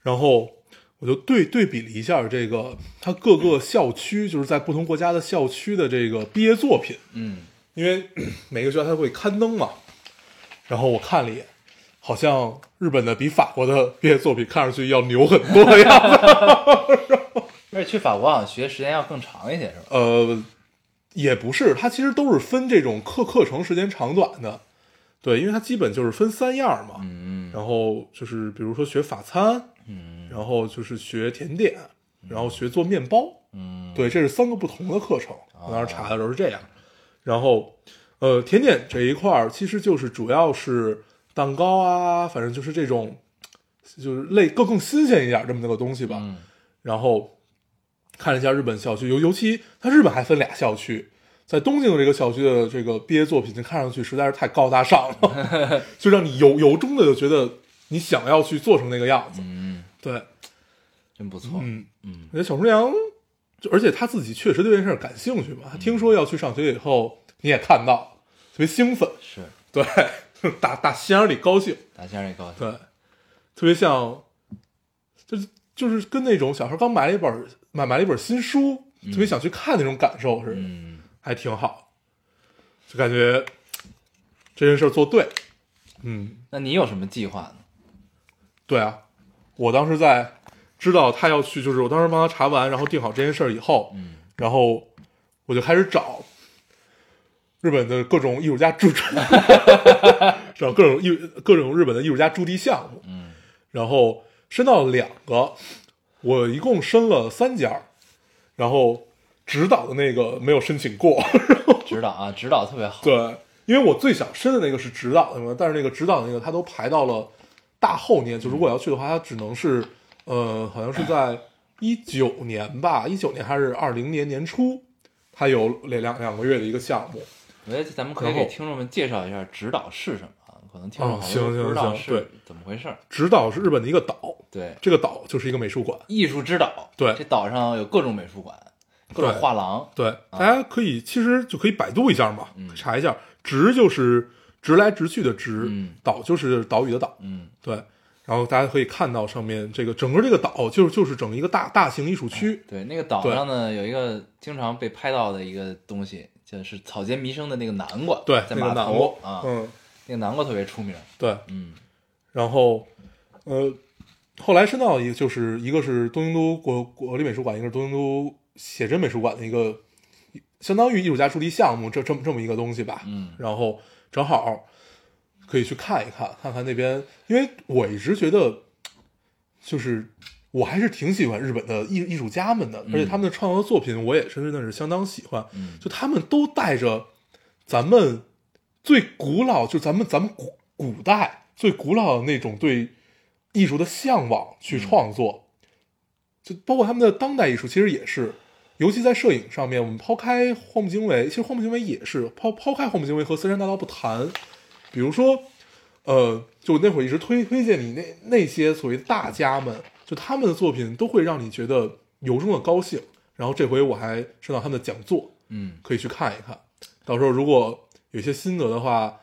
B: 然后我就对对比了一下这个它各个校区，就是在不同国家的校区的这个毕业作品，
A: 嗯
B: 因为 每个学校它会刊登嘛。然后我看了一眼，好像日本的比法国的 毕业作品看上去要牛很多的样子。
A: 而且去法国好像啊学时间要更长一些，是吧？
B: 呃，也不是，它其实都是分这种课课程时间长短的。对，因为它基本就是分三样嘛，
A: 嗯
B: 然后就是比如说学法餐，
A: 嗯
B: 然后就是学甜点，然后学做面包，
A: 嗯，哦
B: 对，这是三个不同的课程。我当时查的时候是这样，然后呃，甜点这一块儿其实就是主要是蛋糕啊，反正就是这种就是类更更新鲜一点儿这么那个东西吧。
A: 嗯
B: 然后看了一下日本校区，尤尤其它日本还分俩校区，在东京的这个校区的这个毕业作品，看上去实在是太高大上了， 就让你由由衷的就觉得你想要去做成那个样子。
A: 嗯，
B: 对，
A: 真不错，
B: 嗯，
A: 嗯
B: 我觉得小厨娘，就而且她自己确实对这件事儿感兴趣嘛，她听说要去上学以后，你也看到了，特别兴奋，
A: 是
B: 对， 打打心眼里高兴，
A: 大先生也高兴，
B: 对，特别像，就是就是跟那种小孩刚买了一本买买了一本新书，特别想去看那种感受似的，
A: 嗯
B: 还挺好，就感觉这件事儿做对，嗯，
A: 那你有什么计划呢？
B: 对啊，我当时在知道他要去，就是我当时帮他查完，然后定好这件事儿以后，
A: 嗯，
B: 然后我就开始找日本的各种艺术家 驻场，找各种艺各种日本的艺术家驻地项目，
A: 嗯，
B: 然后申到了两个，我一共申了三家，然后指导的那个没有申请过，
A: 指导啊，指导特别好，
B: 对，因为我最想申的那个是指导的嘛，但是那个指导那个他都排到了大后年，就如果要去的话，他只能是呃，好像是在一九年吧，一九年还是二零年年初，他有两两两个月的一个项目。
A: 我觉得咱们可以
B: 然后
A: 给听众们介绍一下指导是什么啊，可能听众好
B: 嗯
A: 像
B: 行行
A: 不知道
B: 行对
A: 是怎么回事儿。
B: 指导是日本的一个岛，
A: 对，
B: 这个岛就是一个美术馆，
A: 艺术之岛，
B: 对
A: 这岛上有各种美术馆，各种画廊，
B: 对，大家可以其实就可以百度一下嘛，查一下，直就是直来直去的直，
A: 嗯
B: 岛就是岛屿的岛，
A: 嗯，
B: 对。然后大家可以看到上面这个整个这个岛就是就是整一个大大型艺术区，
A: 对，那个岛
B: 对
A: 上呢有一个经常被拍到的一个东西，就是草间弥生的那个南瓜，
B: 对，
A: 在
B: 那个
A: 码
B: 南
A: 头
B: 瓜
A: 啊，
B: 嗯，
A: 那个南瓜特别出名，
B: 对。
A: 嗯
B: 然后，呃，后来申到一个就是一个是东京都国国立美术馆，一个是东京都写真美术馆的一个相当于艺术家助力项目，这这么这么一个东西吧。
A: 嗯
B: 然后正好可以去看一看，看看那边，因为我一直觉得，就是我还是挺喜欢日本的艺艺术家们的，而且他们的创作作品，我也是真的是相当喜欢。
A: 嗯
B: 就他们都带着咱们最古老，就咱们咱们古古代最古老的那种对艺术的向往去创作，就包括他们的当代艺术，其实也是，尤其在摄影上面，我们抛开荒木经惟，其实荒木经惟也是抛抛开荒木经惟和森山大道不谈，比如说，呃，就那会儿一直推推荐你那那些所谓的大家们，就他们的作品都会让你觉得由衷的高兴。然后这回我还上到他们的讲座，
A: 嗯，
B: 可以去看一看。到时候如果有一些心得的话，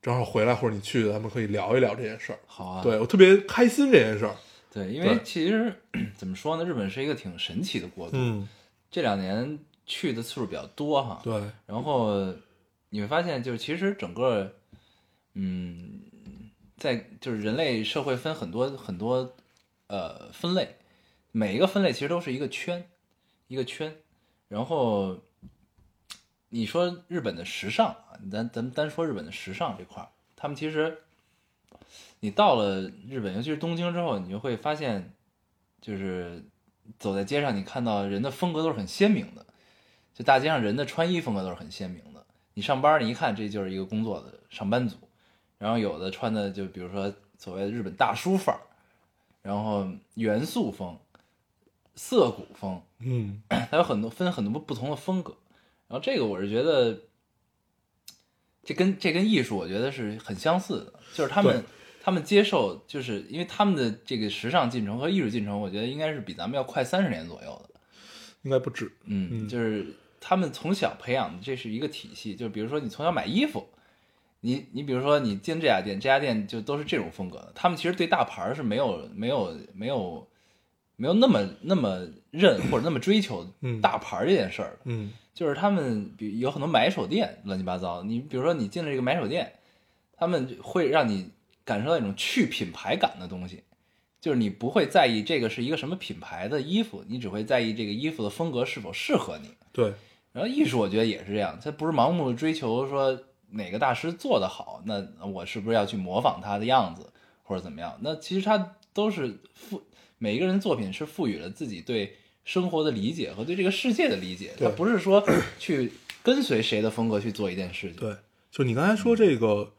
B: 正好回来或者你去，咱们可以聊一聊这件事儿。
A: 好啊，
B: 对我特别开心这件事儿。
A: 对，因为
B: 对
A: 其实 怎么说呢，日本是一个挺神奇的国度，
B: 嗯，
A: 这两年去的次数比较多哈，
B: 对，
A: 然后你会发现，就是其实整个，嗯，在就是人类社会分很多很多呃分类，每一个分类其实都是一个圈，一个圈。然后你说日本的时尚啊，咱咱们单说日本的时尚这块儿，他们其实你到了日本，尤其是东京之后，你就会发现，就是走在街上，你看到人的风格都是很鲜明的。就大街上人的穿衣风格都是很鲜明的。你上班儿，你一看这就是一个工作的上班族，然后有的穿的就比如说所谓的日本大叔范儿，然后元素风、涩谷风，
B: 嗯，
A: 它有很多分很多不同的风格。然后这个我是觉得，这跟这跟艺术我觉得是很相似的，就是他们
B: 对
A: 他们接受，就是因为他们的这个时尚进程和艺术进程，我觉得应该是比咱们要快三十年左右的。
B: 应该不止。
A: 嗯，
B: 嗯
A: 就是他们从小培养的，这是一个体系。就比如说你从小买衣服，你你比如说你进这家店，这家店就都是这种风格的。他们其实对大牌儿是没有没有没有没有那么那么认或者那么追求
B: 嗯
A: 大牌儿这件事儿的。
B: 嗯，
A: 就是他们比有很多买手店乱七八糟。你比如说你进了这个买手店，他们会让你感受到一种去品牌感的东西，就是你不会在意这个是一个什么品牌的衣服，你只会在意这个衣服的风格是否适合你。
B: 对，
A: 然后艺术我觉得也是这样，它不是盲目追求说哪个大师做得好，那我是不是要去模仿他的样子或者怎么样？那其实它都是赋每一个人作品是赋予了自己对生活的理解和对这个世界的理解，它
B: 对
A: 不是说去跟随谁的风格去做一件事情。
B: 对，就你刚才说这个，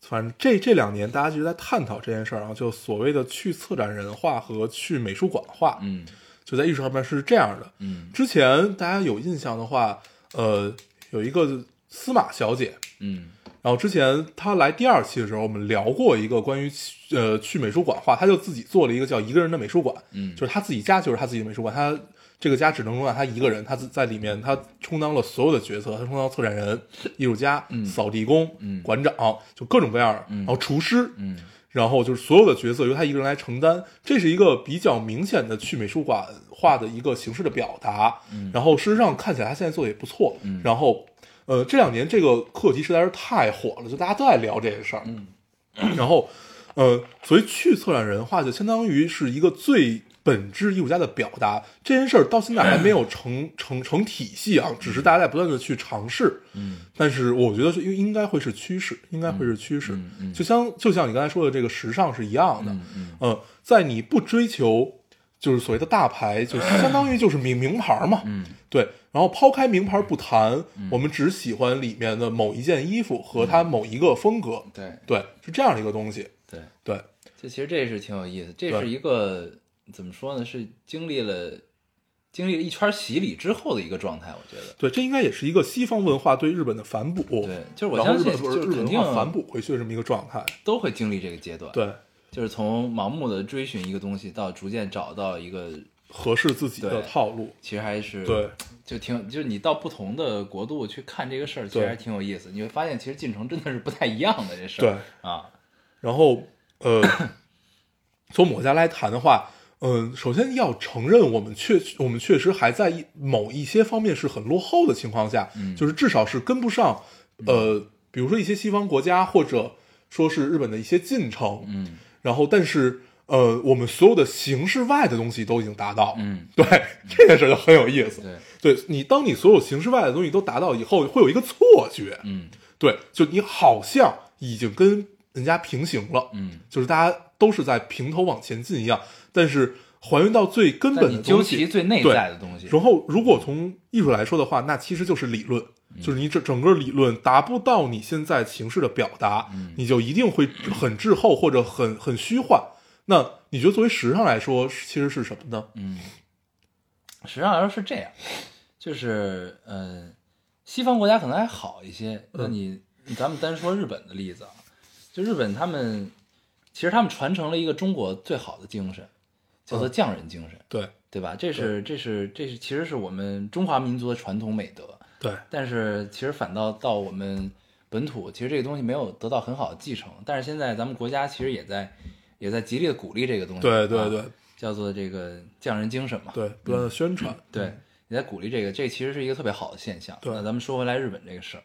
B: 反正这这两年大家一直在探讨这件事儿啊，就所谓的去策展人化和去美术馆化，
A: 嗯
B: 就在艺术上面是这样的。
A: 嗯
B: 之前大家有印象的话，呃，有一个司马小姐，
A: 嗯
B: 然后之前他来第二期的时候，我们聊过一个关于呃去美术馆画，他就自己做了一个叫一个人的美术馆，
A: 嗯，
B: 就是他自己家就是他自己的美术馆，他这个家只能容纳他一个人，他自在里面他充当了所有的角色，他充当策展人、艺术家、扫地工、
A: 嗯
B: 馆长，就各种各样的，然后厨师，
A: 嗯
B: 然后就是所有的角色由他一个人来承担，这是一个比较明显的去美术馆画的一个形式的表达。然后事实上看起来他现在做的也不错。然后，呃，这两年这个课题实在是太火了，就大家都在聊这个事儿。然后，呃，所以去策展人化就相当于是一个最本质艺术家的表达。这件事儿到现在还没有成成成体系啊，只是大家在不断的去尝试。嗯，但是我觉得是应应该会是趋势，应该会是趋势。
A: 嗯嗯
B: 就像就像你刚才说的，这个时尚是一样的。
A: 嗯嗯
B: 呃，在你不追求就是所谓的大牌，就是相当于就是名名牌嘛。
A: 嗯
B: 对，然后抛开名牌不谈，我们只喜欢里面的某一件衣服和它某一个风格。
A: 对
B: 对，是这样的一个东西。
A: 嗯对。
B: 对，
A: 这其实这是挺有意思，这
B: 对
A: 是一个怎么说呢？是经历了经历了一圈洗礼之后的一个状态，我觉得。
B: 对，这应该也是一个西方文化对日本的反哺。
A: 对，就是我
B: 然后
A: 相
B: 日
A: 信，
B: 本
A: 就是
B: 日本
A: 肯
B: 文
A: 定啊
B: 化反哺回去的这么一个状态。
A: 都会经历这个阶段。，
B: 对，
A: 就是从盲目的追寻一个东西，到逐渐找到一个
B: 合适自己的
A: 对
B: 套路。
A: 其实还是
B: 对，
A: 就挺就是你到不同的国度去看这个事儿，其实
B: 对
A: 还挺有意思。你会发现，其实进程真的是不太一样的这事儿。对啊，
B: 然后呃， 从我们国家来谈的话，嗯、首先要承认我们确我们确实还在一某一些方面是很落后的情况下，
A: 嗯
B: 就是至少是跟不上，呃，比如说一些西方国家或者说是日本的一些进程，
A: 嗯
B: 然后但是呃，我们所有的形式外的东西都已经达到，
A: 嗯，
B: 对这件事就很有意思。
A: 对，
B: 对你，当你所有形式外的东西都达到以后，会有一个错觉，
A: 嗯
B: 对，就你好像已经跟人家平行了，
A: 嗯。
B: 就是大家都是在平头往前进一样，但是还原到最根
A: 但
B: 本
A: 你
B: 的
A: 究
B: 东
A: 其
B: 西。
A: 最内
B: 对
A: 在的东西，
B: 然后，如果从艺术来说的话，那其实就是理论，
A: 嗯
B: 就是你整整个理论达不到你现在形式的表达，
A: 嗯
B: 你就一定会很滞后或者很很虚幻。那你觉得作为时尚来说，其实是什么呢？
A: 嗯，实际上来说是这样，就是嗯、呃西方国家可能还好一些。
B: 嗯
A: 那你咱们单说日本的例子啊，就日本他们其实他们传承了一个中国最好的精神，叫做匠人精神，
B: 嗯对
A: 对吧？这是这是这是其实是我们中华民族的传统美德，
B: 对
A: 但是其实反倒到我们本土，其实这个东西没有得到很好的继承。但是现在咱们国家其实也在也在极力的鼓励这个东西，
B: 对对
A: 啊
B: 对
A: 叫做这个匠人精神嘛。
B: 对，不断的宣传，
A: 嗯对，也在鼓励这个，这其实是一个特别好的现象。
B: 对
A: 那咱们说回来日本这个事儿，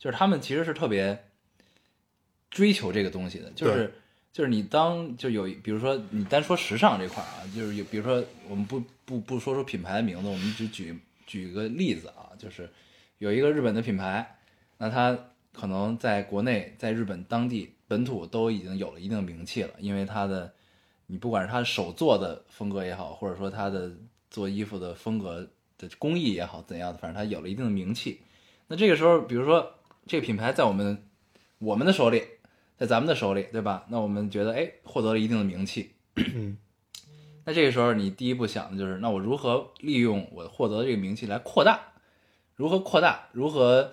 A: 就是他们其实是特别追求这个东西的，就是就是你当就有，比如说你单说时尚这块儿啊，就是有，比如说我们不不不说出品牌的名字，我们只举举个例子啊，就是有一个日本的品牌，那它可能在国内在日本当地本土都已经有了一定的名气了，因为它的。你不管是他手做的风格也好，或者说他的做衣服的风格的工艺也好，怎样的，反正他有了一定的名气。那这个时候，比如说这个品牌在我们我们的手里，在咱们的手里，对吧？那我们觉得，哎，获得了一定的名气。
B: 嗯，
A: 那这个时候，你第一步想的就是，那我如何利用我获得的这个名气来扩大？如何扩大？如何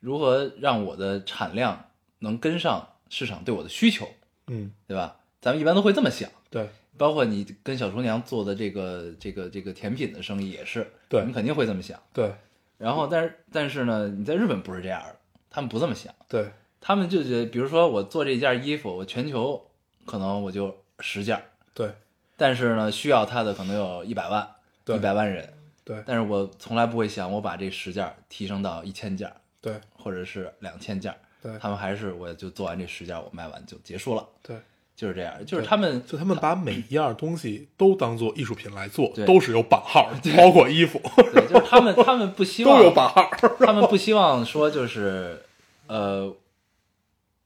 A: 如何让我的产量能跟上市场对我的需求，
B: 嗯，
A: 对吧？咱们一般都会这么想。
B: 对
A: 包括你跟小厨娘做的这个这个这个甜品的生意也是，
B: 对
A: 你们肯定会这么想。
B: 对
A: 然后，但是但是呢，你在日本不是这样的，他们不这么想，
B: 对
A: 他们就觉得，比如说我做这件衣服，我全球可能我就十件儿，
B: 对
A: 但是呢，需要它的可能有一百万，
B: 对
A: 一百万人，
B: 对
A: 但是我从来不会想我把这十件儿提升到一千件儿
B: 对
A: 或者是两千件儿，
B: 对
A: 他们还是我就做完这十件儿，我卖完就结束了，
B: 对，
A: 就是这样，就是
B: 对
A: 他们
B: 就他们把每一样东西都当做艺术品来做
A: 对，
B: 都是有版 号的，包括衣服
A: 对，就是他们他们不希望
B: 都有版号。
A: 他们不希望说就是，呃，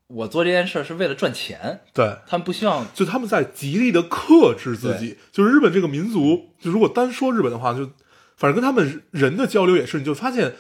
A: 我做这件事儿是为了赚钱，
B: 对，
A: 他们不希望，
B: 就他们在极力的克制自己。就是日本这个民族，就如果单说日本的话，就反正跟他们人的交流也是，你就发现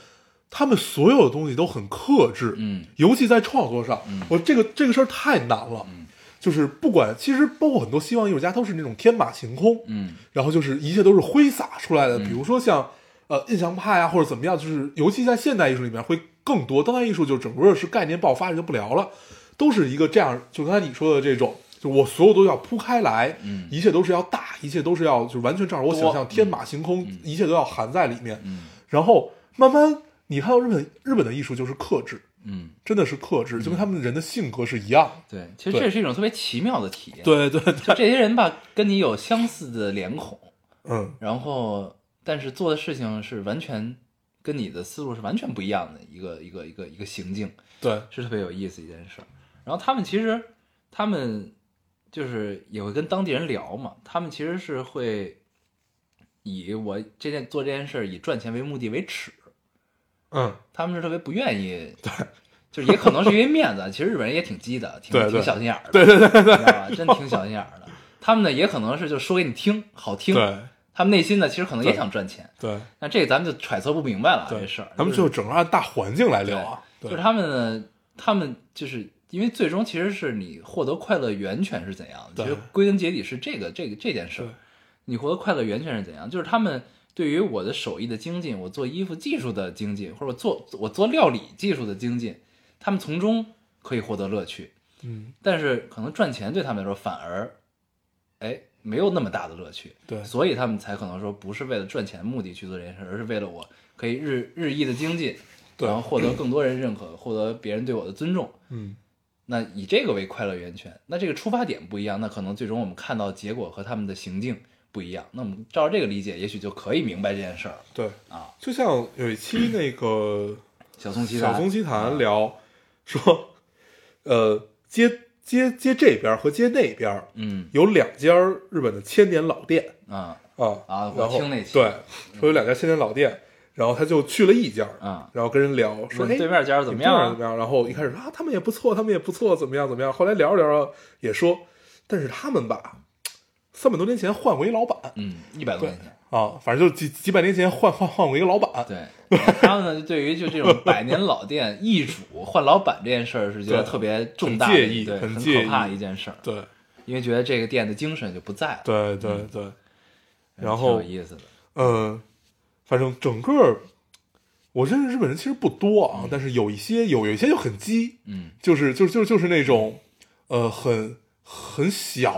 B: 他们所有的东西都很克制，
A: 嗯
B: 尤其在创作上，我这个这个事儿太难了。
A: 嗯
B: 就是不管，其实包括很多西方艺术家都是那种天马行空，
A: 嗯
B: 然后就是一切都是挥洒出来的，比如说像呃印象派啊或者怎么样，就是尤其在现代艺术里面会更多。当代艺术就整个是概念爆发，这就不聊了，都是一个这样，就刚才你说的这种，就我所有都要铺开来，
A: 嗯
B: 一切都是要大，一切都是要就是完全照着我想象，
A: 多
B: 天马行空，一切都要含在里面。
A: 嗯
B: 然后慢慢你看到日本日本的艺术就是克制，
A: 嗯，
B: 真的是克制，就跟他们人的性格是一样的。
A: 对，其实这
B: 对
A: 是一种特别奇妙的体验，，
B: 对对
A: 就
B: 对，
A: 这些人吧，跟你有相似的脸孔，
B: 嗯，
A: 然后但是做的事情是完全跟你的思路是完全不一样的一个一个一个一个行径，
B: 对
A: 是特别有意思一件事儿。然后他们其实他们就是也会跟当地人聊嘛，他们其实是会以我这件做这件事儿以赚钱为目的为耻，
B: 嗯，
A: 他们是特别不愿意对。就是也可能是因为面子，其 实日本人也挺鸡的，挺
B: 对对
A: 挺小心眼儿的，对对对对，你知道吧？真挺小心眼儿的。他们呢也可能是就说给你听，好听。
B: 对
A: 他们内心呢其实可能也
B: 对
A: 想赚钱，
B: 对。
A: 那这个咱们就揣测不明白了啊
B: 对
A: 这事儿。
B: 咱们
A: 就
B: 就是整个按大环境来聊啊。
A: 就
B: 对
A: 是他们呢，他们就是因为最终其实是你获得快乐源泉是怎样的，
B: 对
A: 其实归根结底是这个这个这件事儿
B: 对，
A: 你获得快乐源泉是怎样，就是他们。对于我的手艺的精进，我做衣服技术的精进，或者我做我做料理技术的精进，他们从中可以获得乐趣。
B: 嗯，
A: 但是可能赚钱对他们来说反而，哎，没有那么大的乐趣。
B: 对
A: 所以他们才可能说不是为了赚钱目的去做这件事，而是为了我可以日日益的精进，
B: 对
A: 然后获得更多人认可，获得别人对我的尊重。
B: 嗯，
A: 那以这个为快乐源泉，那这个出发点不一样，那可能最终我们看到结果和他们的行径不一样。那我们照这个理解，也许就可以明白这件事儿了。
B: 对
A: 啊，
B: 就像有一期那个
A: 小松奇
B: 小
A: 谈啊
B: 松奇谈聊说，呃，街街街这边和街那边
A: 嗯
B: 有两家日本的千年老店
A: 啊
B: 啊
A: 啊我
B: 然后
A: 听那期
B: 对，说有两家千年老店，然后他就去了一家，
A: 啊，
B: 然后跟人聊说，
A: 问
B: 哎，
A: 对面家儿怎么
B: 你对面
A: 样啊
B: 怎么样？然后一开始说啊，他们也不错，他们也不错，怎么样怎么样？后来聊着聊着也说，但是他们吧，三百多年前换过一老板
A: 嗯，一百多年前。
B: 啊，反正就几几百年前换换换过一个老板，
A: 对，他们呢，对于就这种百年老店易主换老板这件事儿，是觉得
B: 对
A: 特别重
B: 很
A: 大的
B: 介
A: 一
B: 意
A: 对
B: 很
A: 很
B: 介
A: 可怕
B: 意
A: 一件事儿，
B: 对
A: 因为觉得这个店的精神就不在了。
B: 对对对，
A: 嗯，
B: 然
A: 挺
B: 后
A: 有意思的，
B: 嗯，反正整个我认识日本人其实不多啊，但是有一些有有一些就很鸡，
A: 嗯，
B: 就是就是就是就是那种呃很很小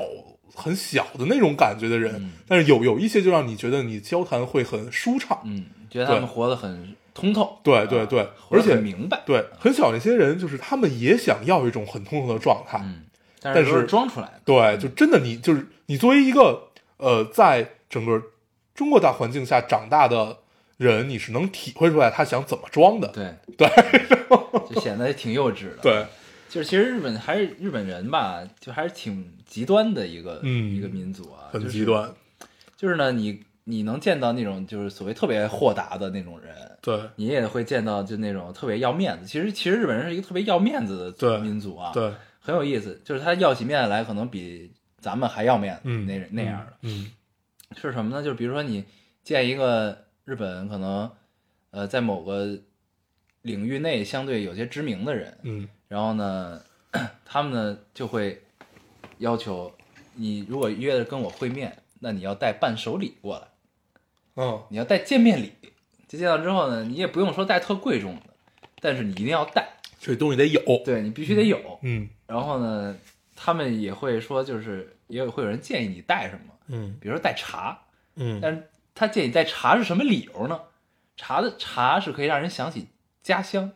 B: 很小的那种感觉的人，
A: 嗯
B: 但是有有一些就让你觉得你交谈会很舒畅，
A: 嗯，觉得他们
B: 对
A: 活得很通透，啊
B: 对对对，
A: 活
B: 而
A: 得很
B: 且
A: 明白，
B: 对很小那些人就是他们也想要一种很通透的状态，
A: 嗯，但
B: 但
A: 是都
B: 是
A: 是装出来的，
B: 对，就真的你就是你作为一个呃，在整个中国大环境下长大的人，你是能体会出来他想怎么装的。
A: 对
B: 对
A: 对， 就显得挺幼稚的。，
B: 对
A: 就是其实日本还是日本人吧，就还是挺极端的一个
B: 嗯
A: 一个民族啊，
B: 很
A: 就是
B: 极。端。
A: 就是呢，你你能见到那种就是所谓特别豁达的那种人，
B: 对
A: 你也会见到就那种特别要面子。其实其实日本人是一个特别要面子
B: 对
A: 的民族啊，，
B: 对，
A: 很有意思。就是他要起面来，可能比咱们还要面子，
B: 嗯，
A: 那那样的。
B: 嗯，
A: 是什么呢？就是比如说你见一个日本可能呃在某个领域内相对有些知名的人，
B: 嗯
A: 然后呢，他们呢就会要求你如果约着跟我会面，那你要带伴手礼过来，
B: 嗯哦，
A: 你要带见面礼。就见到之后呢，你也不用说带特贵重的，但是你一定要带，
B: 这东西得有。
A: 对你必须得有。
B: 嗯
A: 然后呢，他们也会说，就是也会有人建议你带什么，
B: 嗯
A: 比如说带茶，
B: 嗯
A: 但是他建议带茶是什么理由呢？茶的茶是可以让人想起家乡，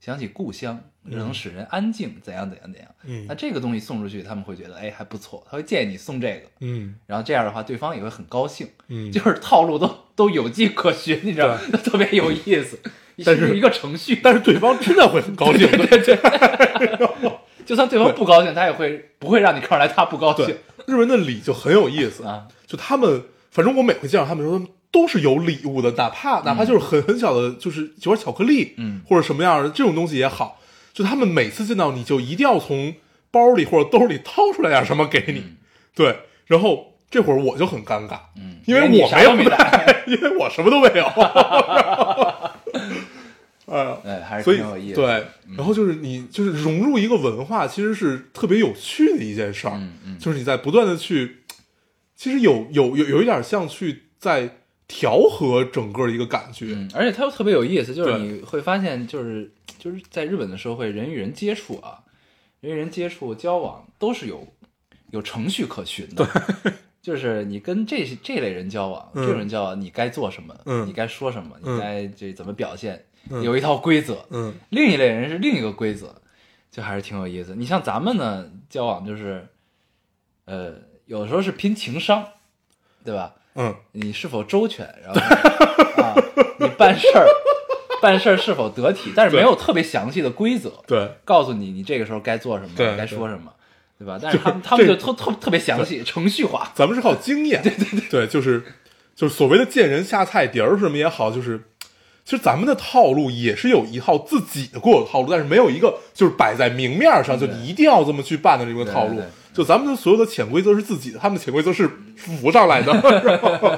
A: 想起故乡，能使人安静，怎样怎样怎样。那
B: 嗯
A: 这个东西送出去，他们会觉得哎还不错，他会建议你送这个，
B: 嗯
A: 然后这样的话对方也会很高兴，
B: 嗯，
A: 就是套路都都有迹可循，你知道吗？特别有意 思，
B: 但是
A: 是一个程序，
B: 但是对方真的会很高兴。对对
A: 就算对方不高兴，他也会不会让你看出来他不高兴
B: 对，日本的礼就很有意思。
A: 啊？
B: 就他们，反正我每回见到他们说，他们都是有礼物的，哪怕哪怕就是很很小的，就是几块巧克力，
A: 嗯
B: 或者什么样的这种东西也好，就他们每次见到你就一定要从包里或者兜里掏出来点什么给你，
A: 嗯
B: 对，然后这会儿我就很尴尬，
A: 嗯，
B: 因为
A: 你
B: 我
A: 啥都没
B: 有
A: 带，
B: 带， 因为我什么都没有， 哎呀。
A: 哎，还是
B: 所
A: 挺
B: 以
A: 有意思，嗯
B: 对，，然后就是你就是融入一个文化，其实是特别有趣的一件事儿。
A: 嗯嗯
B: 就是你在不断的去，其实有有有有一点像去在调和整个一个感觉。
A: 嗯，而且它又特别有意思，就是
B: 对
A: 你会发现，就是就是在日本的社会，人与人接触啊，人与人接触交往都是有有程序可循的。就是你跟这这类人交往，
B: 嗯
A: 这种人交往，你该做什么，
B: 嗯
A: 你该说什么，
B: 嗯
A: 你该这怎么表现，
B: 嗯
A: 有一套规则。
B: 嗯
A: 另一类人是另一个规则，就还是挺有意思。你像咱们呢，交往就是，呃，有时候是拼情商，对吧？
B: 嗯
A: 你是否周全，然后 啊，你办事儿 办事儿是否得体，但是没有特别详细的规则，
B: 对
A: 告诉你你这个时候该做什么，
B: 对
A: 该说什么，对吧？但是他们
B: 这
A: 他们就特特特别详细，程序化，
B: 咱们是靠经验， 对对对，就是就是所谓的见人下菜碟儿什么也好，就是其实咱们的套路也是有一套自己的固有套路，但是没有一个就是摆在明面上，就你一定要这么去办的这么个套
A: 对
B: 路
A: 对对。
B: 就咱们的所有的潜规则是自己的，他们的潜规则是浮上 来的。然后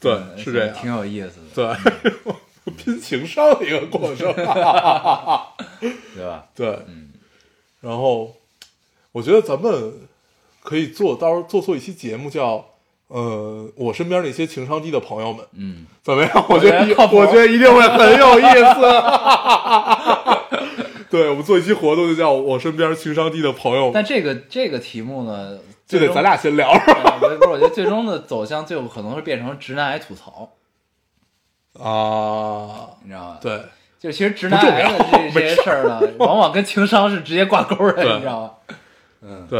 B: 对，
A: 嗯
B: 是这样。
A: 挺有意思的，
B: 对， 拼情商的一个过程。啊
A: 对吧？
B: 对，然后我觉得咱们可以做，到时候做做一期节目，叫呃，我身边那些情商低的朋友们，
A: 嗯，
B: 怎么样？我觉得
A: 觉得
B: 一
A: 靠谱
B: 我觉得一定会很有意思。 对，我们做一期活动就叫我身边情商低的朋友们，
A: 但这个这个题目呢，
B: 就
A: 最
B: 得
A: 终
B: 咱俩先聊
A: 呃不是，不是我觉得最终的走向最有可能是变成直男癌吐槽，
B: 啊。
A: 你知道吗？，
B: 对，
A: 就其实直男癌的这 这些事儿呢，往往跟情商是直接挂钩
B: 对
A: 的，你知道吗？
B: 对，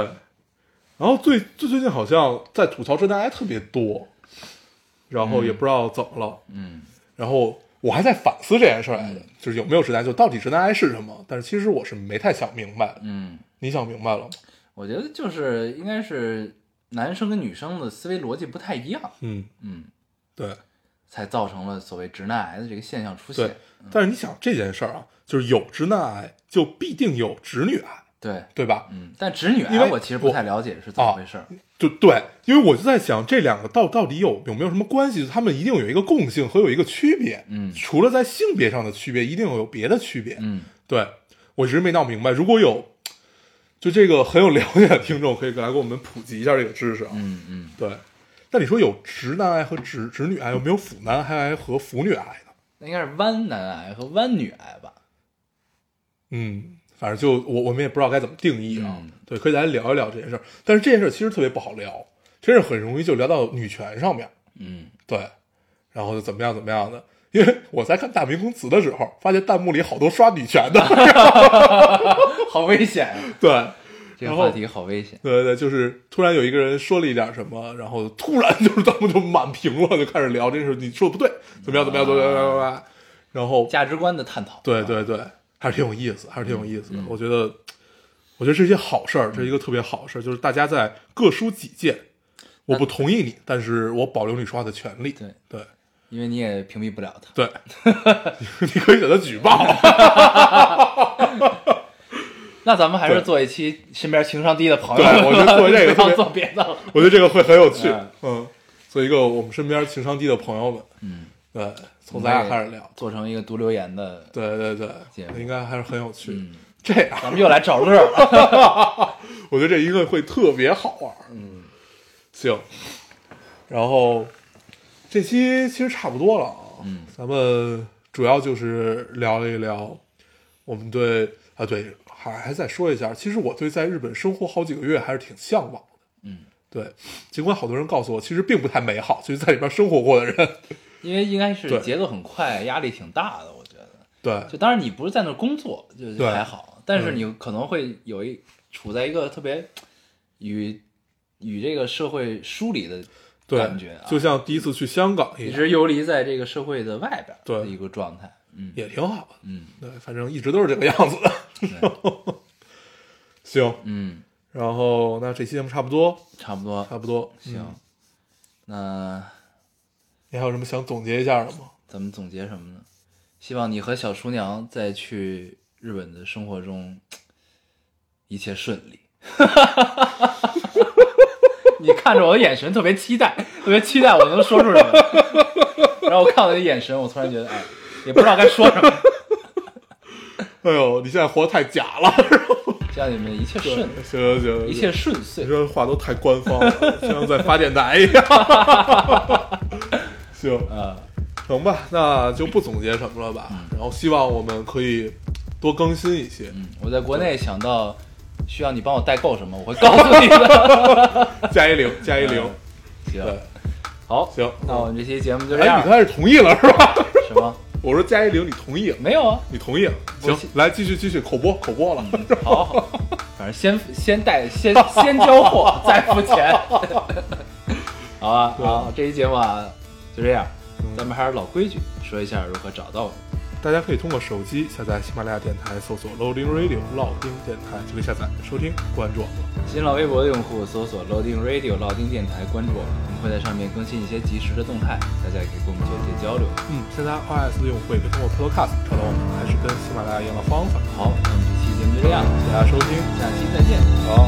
B: 然后最最最近好像在吐槽直男癌特别多，然后也不知道怎么了，
A: 嗯，
B: 然后我还在反思这件事儿来着，就是有没有直男癌，就到底直男癌是什么？但是其实我是没太想明白，
A: 嗯，
B: 你想明白了吗？
A: 我觉得就是应该是男生跟女生的思维逻辑不太一样，
B: 嗯，
A: 嗯，
B: 对
A: 才造成了所谓直男癌的这个现象出
B: 对
A: 现。，
B: 嗯但是你想这件事儿啊，就是有直男癌就必定有直女癌，
A: 对，
B: 对吧？
A: 嗯，但直女
B: 因
A: 癌
B: 为哦
A: 我其实不太了解是怎么回事儿。
B: 就对，因为我就在想这两个到到底有有没有什么关系？他们一定有一个共性和有一个区别，
A: 嗯
B: 除了在性别上的区别，一定有别的区别，
A: 嗯，
B: 对我一直没闹明白，如果有就这个很有了解的听众，可以来给我们普及一下这个知识啊。
A: 嗯嗯，
B: 对，那你说有直男癌和直直女癌，有没有腐男癌和腐女癌呢？
A: 那应该是弯男癌和弯女癌吧？
B: 嗯，反正就我我们也不知道该怎么定义啊。
A: 嗯
B: 对，可以来聊一聊这件事儿，但是这件事儿其实特别不好聊，真是很容易就聊到女权上面。
A: 嗯，
B: 对，然后就怎么样怎么样的。因为我在看《大明宫词》的时候，发现弹幕里好多刷女权的，
A: 好危险，啊
B: 对，
A: 这个话题好危险。
B: 对对对，就是突然有一个人说了一点什么，然后突然就是 咱们就满屏了，就开始聊这事，你说的不对，怎么样怎么样，怎么样怎么样，然后
A: 价值观的探讨。啊
B: 对对对，还是挺有意思，还是挺有意思的
A: 嗯。嗯
B: 我觉得，我觉得这是一件好事儿，这是一个特别好事儿，就是大家在各抒己见。我不同意你，但是我保留你说话的权利。
A: 对
B: 对
A: 因为你也屏蔽不了他。
B: 对， 你可以给他举报。
A: 那咱们还
B: 对
A: 是做一期身边情商低的朋友。
B: 对我觉得做这个
A: 不
B: 特别
A: 要做别的了。
B: 我觉得这个会很有趣
A: 嗯。
B: 嗯，做一个我们身边情商低的朋友们。
A: 嗯，
B: 对，从咱俩开始聊。
A: 做成一个读留言的，
B: 对对对，
A: 节目
B: 应该还是很有趣。
A: 嗯
B: 这样，
A: 咱们又来找乐儿了。
B: 我觉得这一个会特别好玩。嗯，行，然后这期其实差不多了啊。
A: 嗯，
B: 咱们主要就是聊了一聊我们对啊对，还还再说一下，其实我对在日本生活好几个月还是挺向往的。
A: 嗯，
B: 对，尽管好多人告诉我，其实并不太美好，就是在里边生活过的人，
A: 因为应该
B: 对
A: 是节奏很快，压力挺大的，我觉得。
B: 对
A: 就当然你不是在那儿工作，就就
B: 对嗯
A: 还好，但是你可能会有一处在一个特别与与这个社会疏离
B: 嗯
A: 的
B: 对，
A: 感觉啊，
B: 就像第一次去香港一
A: 一
B: 样，
A: 直游离在这个社会的外边儿
B: 对
A: 的一个状态。嗯
B: 也挺好的。
A: 嗯
B: 对，反正一直都是这个样子的。
A: 对
B: 行，
A: 嗯，
B: 然后那这期节目差不多，
A: 差不多
B: 差不多。
A: 行
B: 嗯，
A: 那。
B: 你还有什么想总结一下的吗？
A: 咱们总结什么呢？希望你和小厨娘在去日本的生活中一切顺利。 你看着我的眼神特别期待，特别期待我能说出什么。然后我看我的眼神，我突然觉得，哎，也不知道该说什么。
B: 哎呦，你现在活得太假了。
A: 希望你们一切
B: 对
A: 顺，
B: 行行行，
A: 一切
B: 行
A: 顺
B: 你
A: 遂。
B: 说话都太官 方了，像在发电台一样。 行，
A: 呃，
B: 成吧，那就不总结什么了吧。然后希望我们可以多更新一些，
A: 嗯，我在国内想到需要你帮我代购什么，我会告诉你 的。
B: 加一
A: 嗯
B: 零，加一零。
A: 行
B: 对，，
A: 好，
B: 行
A: 那我们这期节目就这
B: 哎，
A: 样
B: 你。开始同意了是吧？
A: 什么？
B: 我说加一零，你同意了，
A: 没有啊。
B: 你同意了。
A: 我
B: 行
A: 信，嗯
B: 来继续继续口播口播了。
A: 好好，反正先先带先先交货，再付钱。好啊，好，这期节目啊就这样，咱们还是老规矩，说一下如何找到我们。
B: 大家可以通过手机下载喜马拉雅电台，搜索 Loading Radio 老丁电台就可以下载收听，关注我们。
A: 新浪微博的用户搜索 Loading Radio 老丁电台，关注我们，我们会在上面更新一些及时的动态，大家也可以跟我们做一些交流。
B: 嗯，现在 iOS 的用户也可以通过 Podcast 找到我们，还是跟喜马拉雅一样的方法。
A: 好，那我们这期节目就这样，
B: 谢谢大家收听。
A: 下期再见。
B: 好。
C: oh oh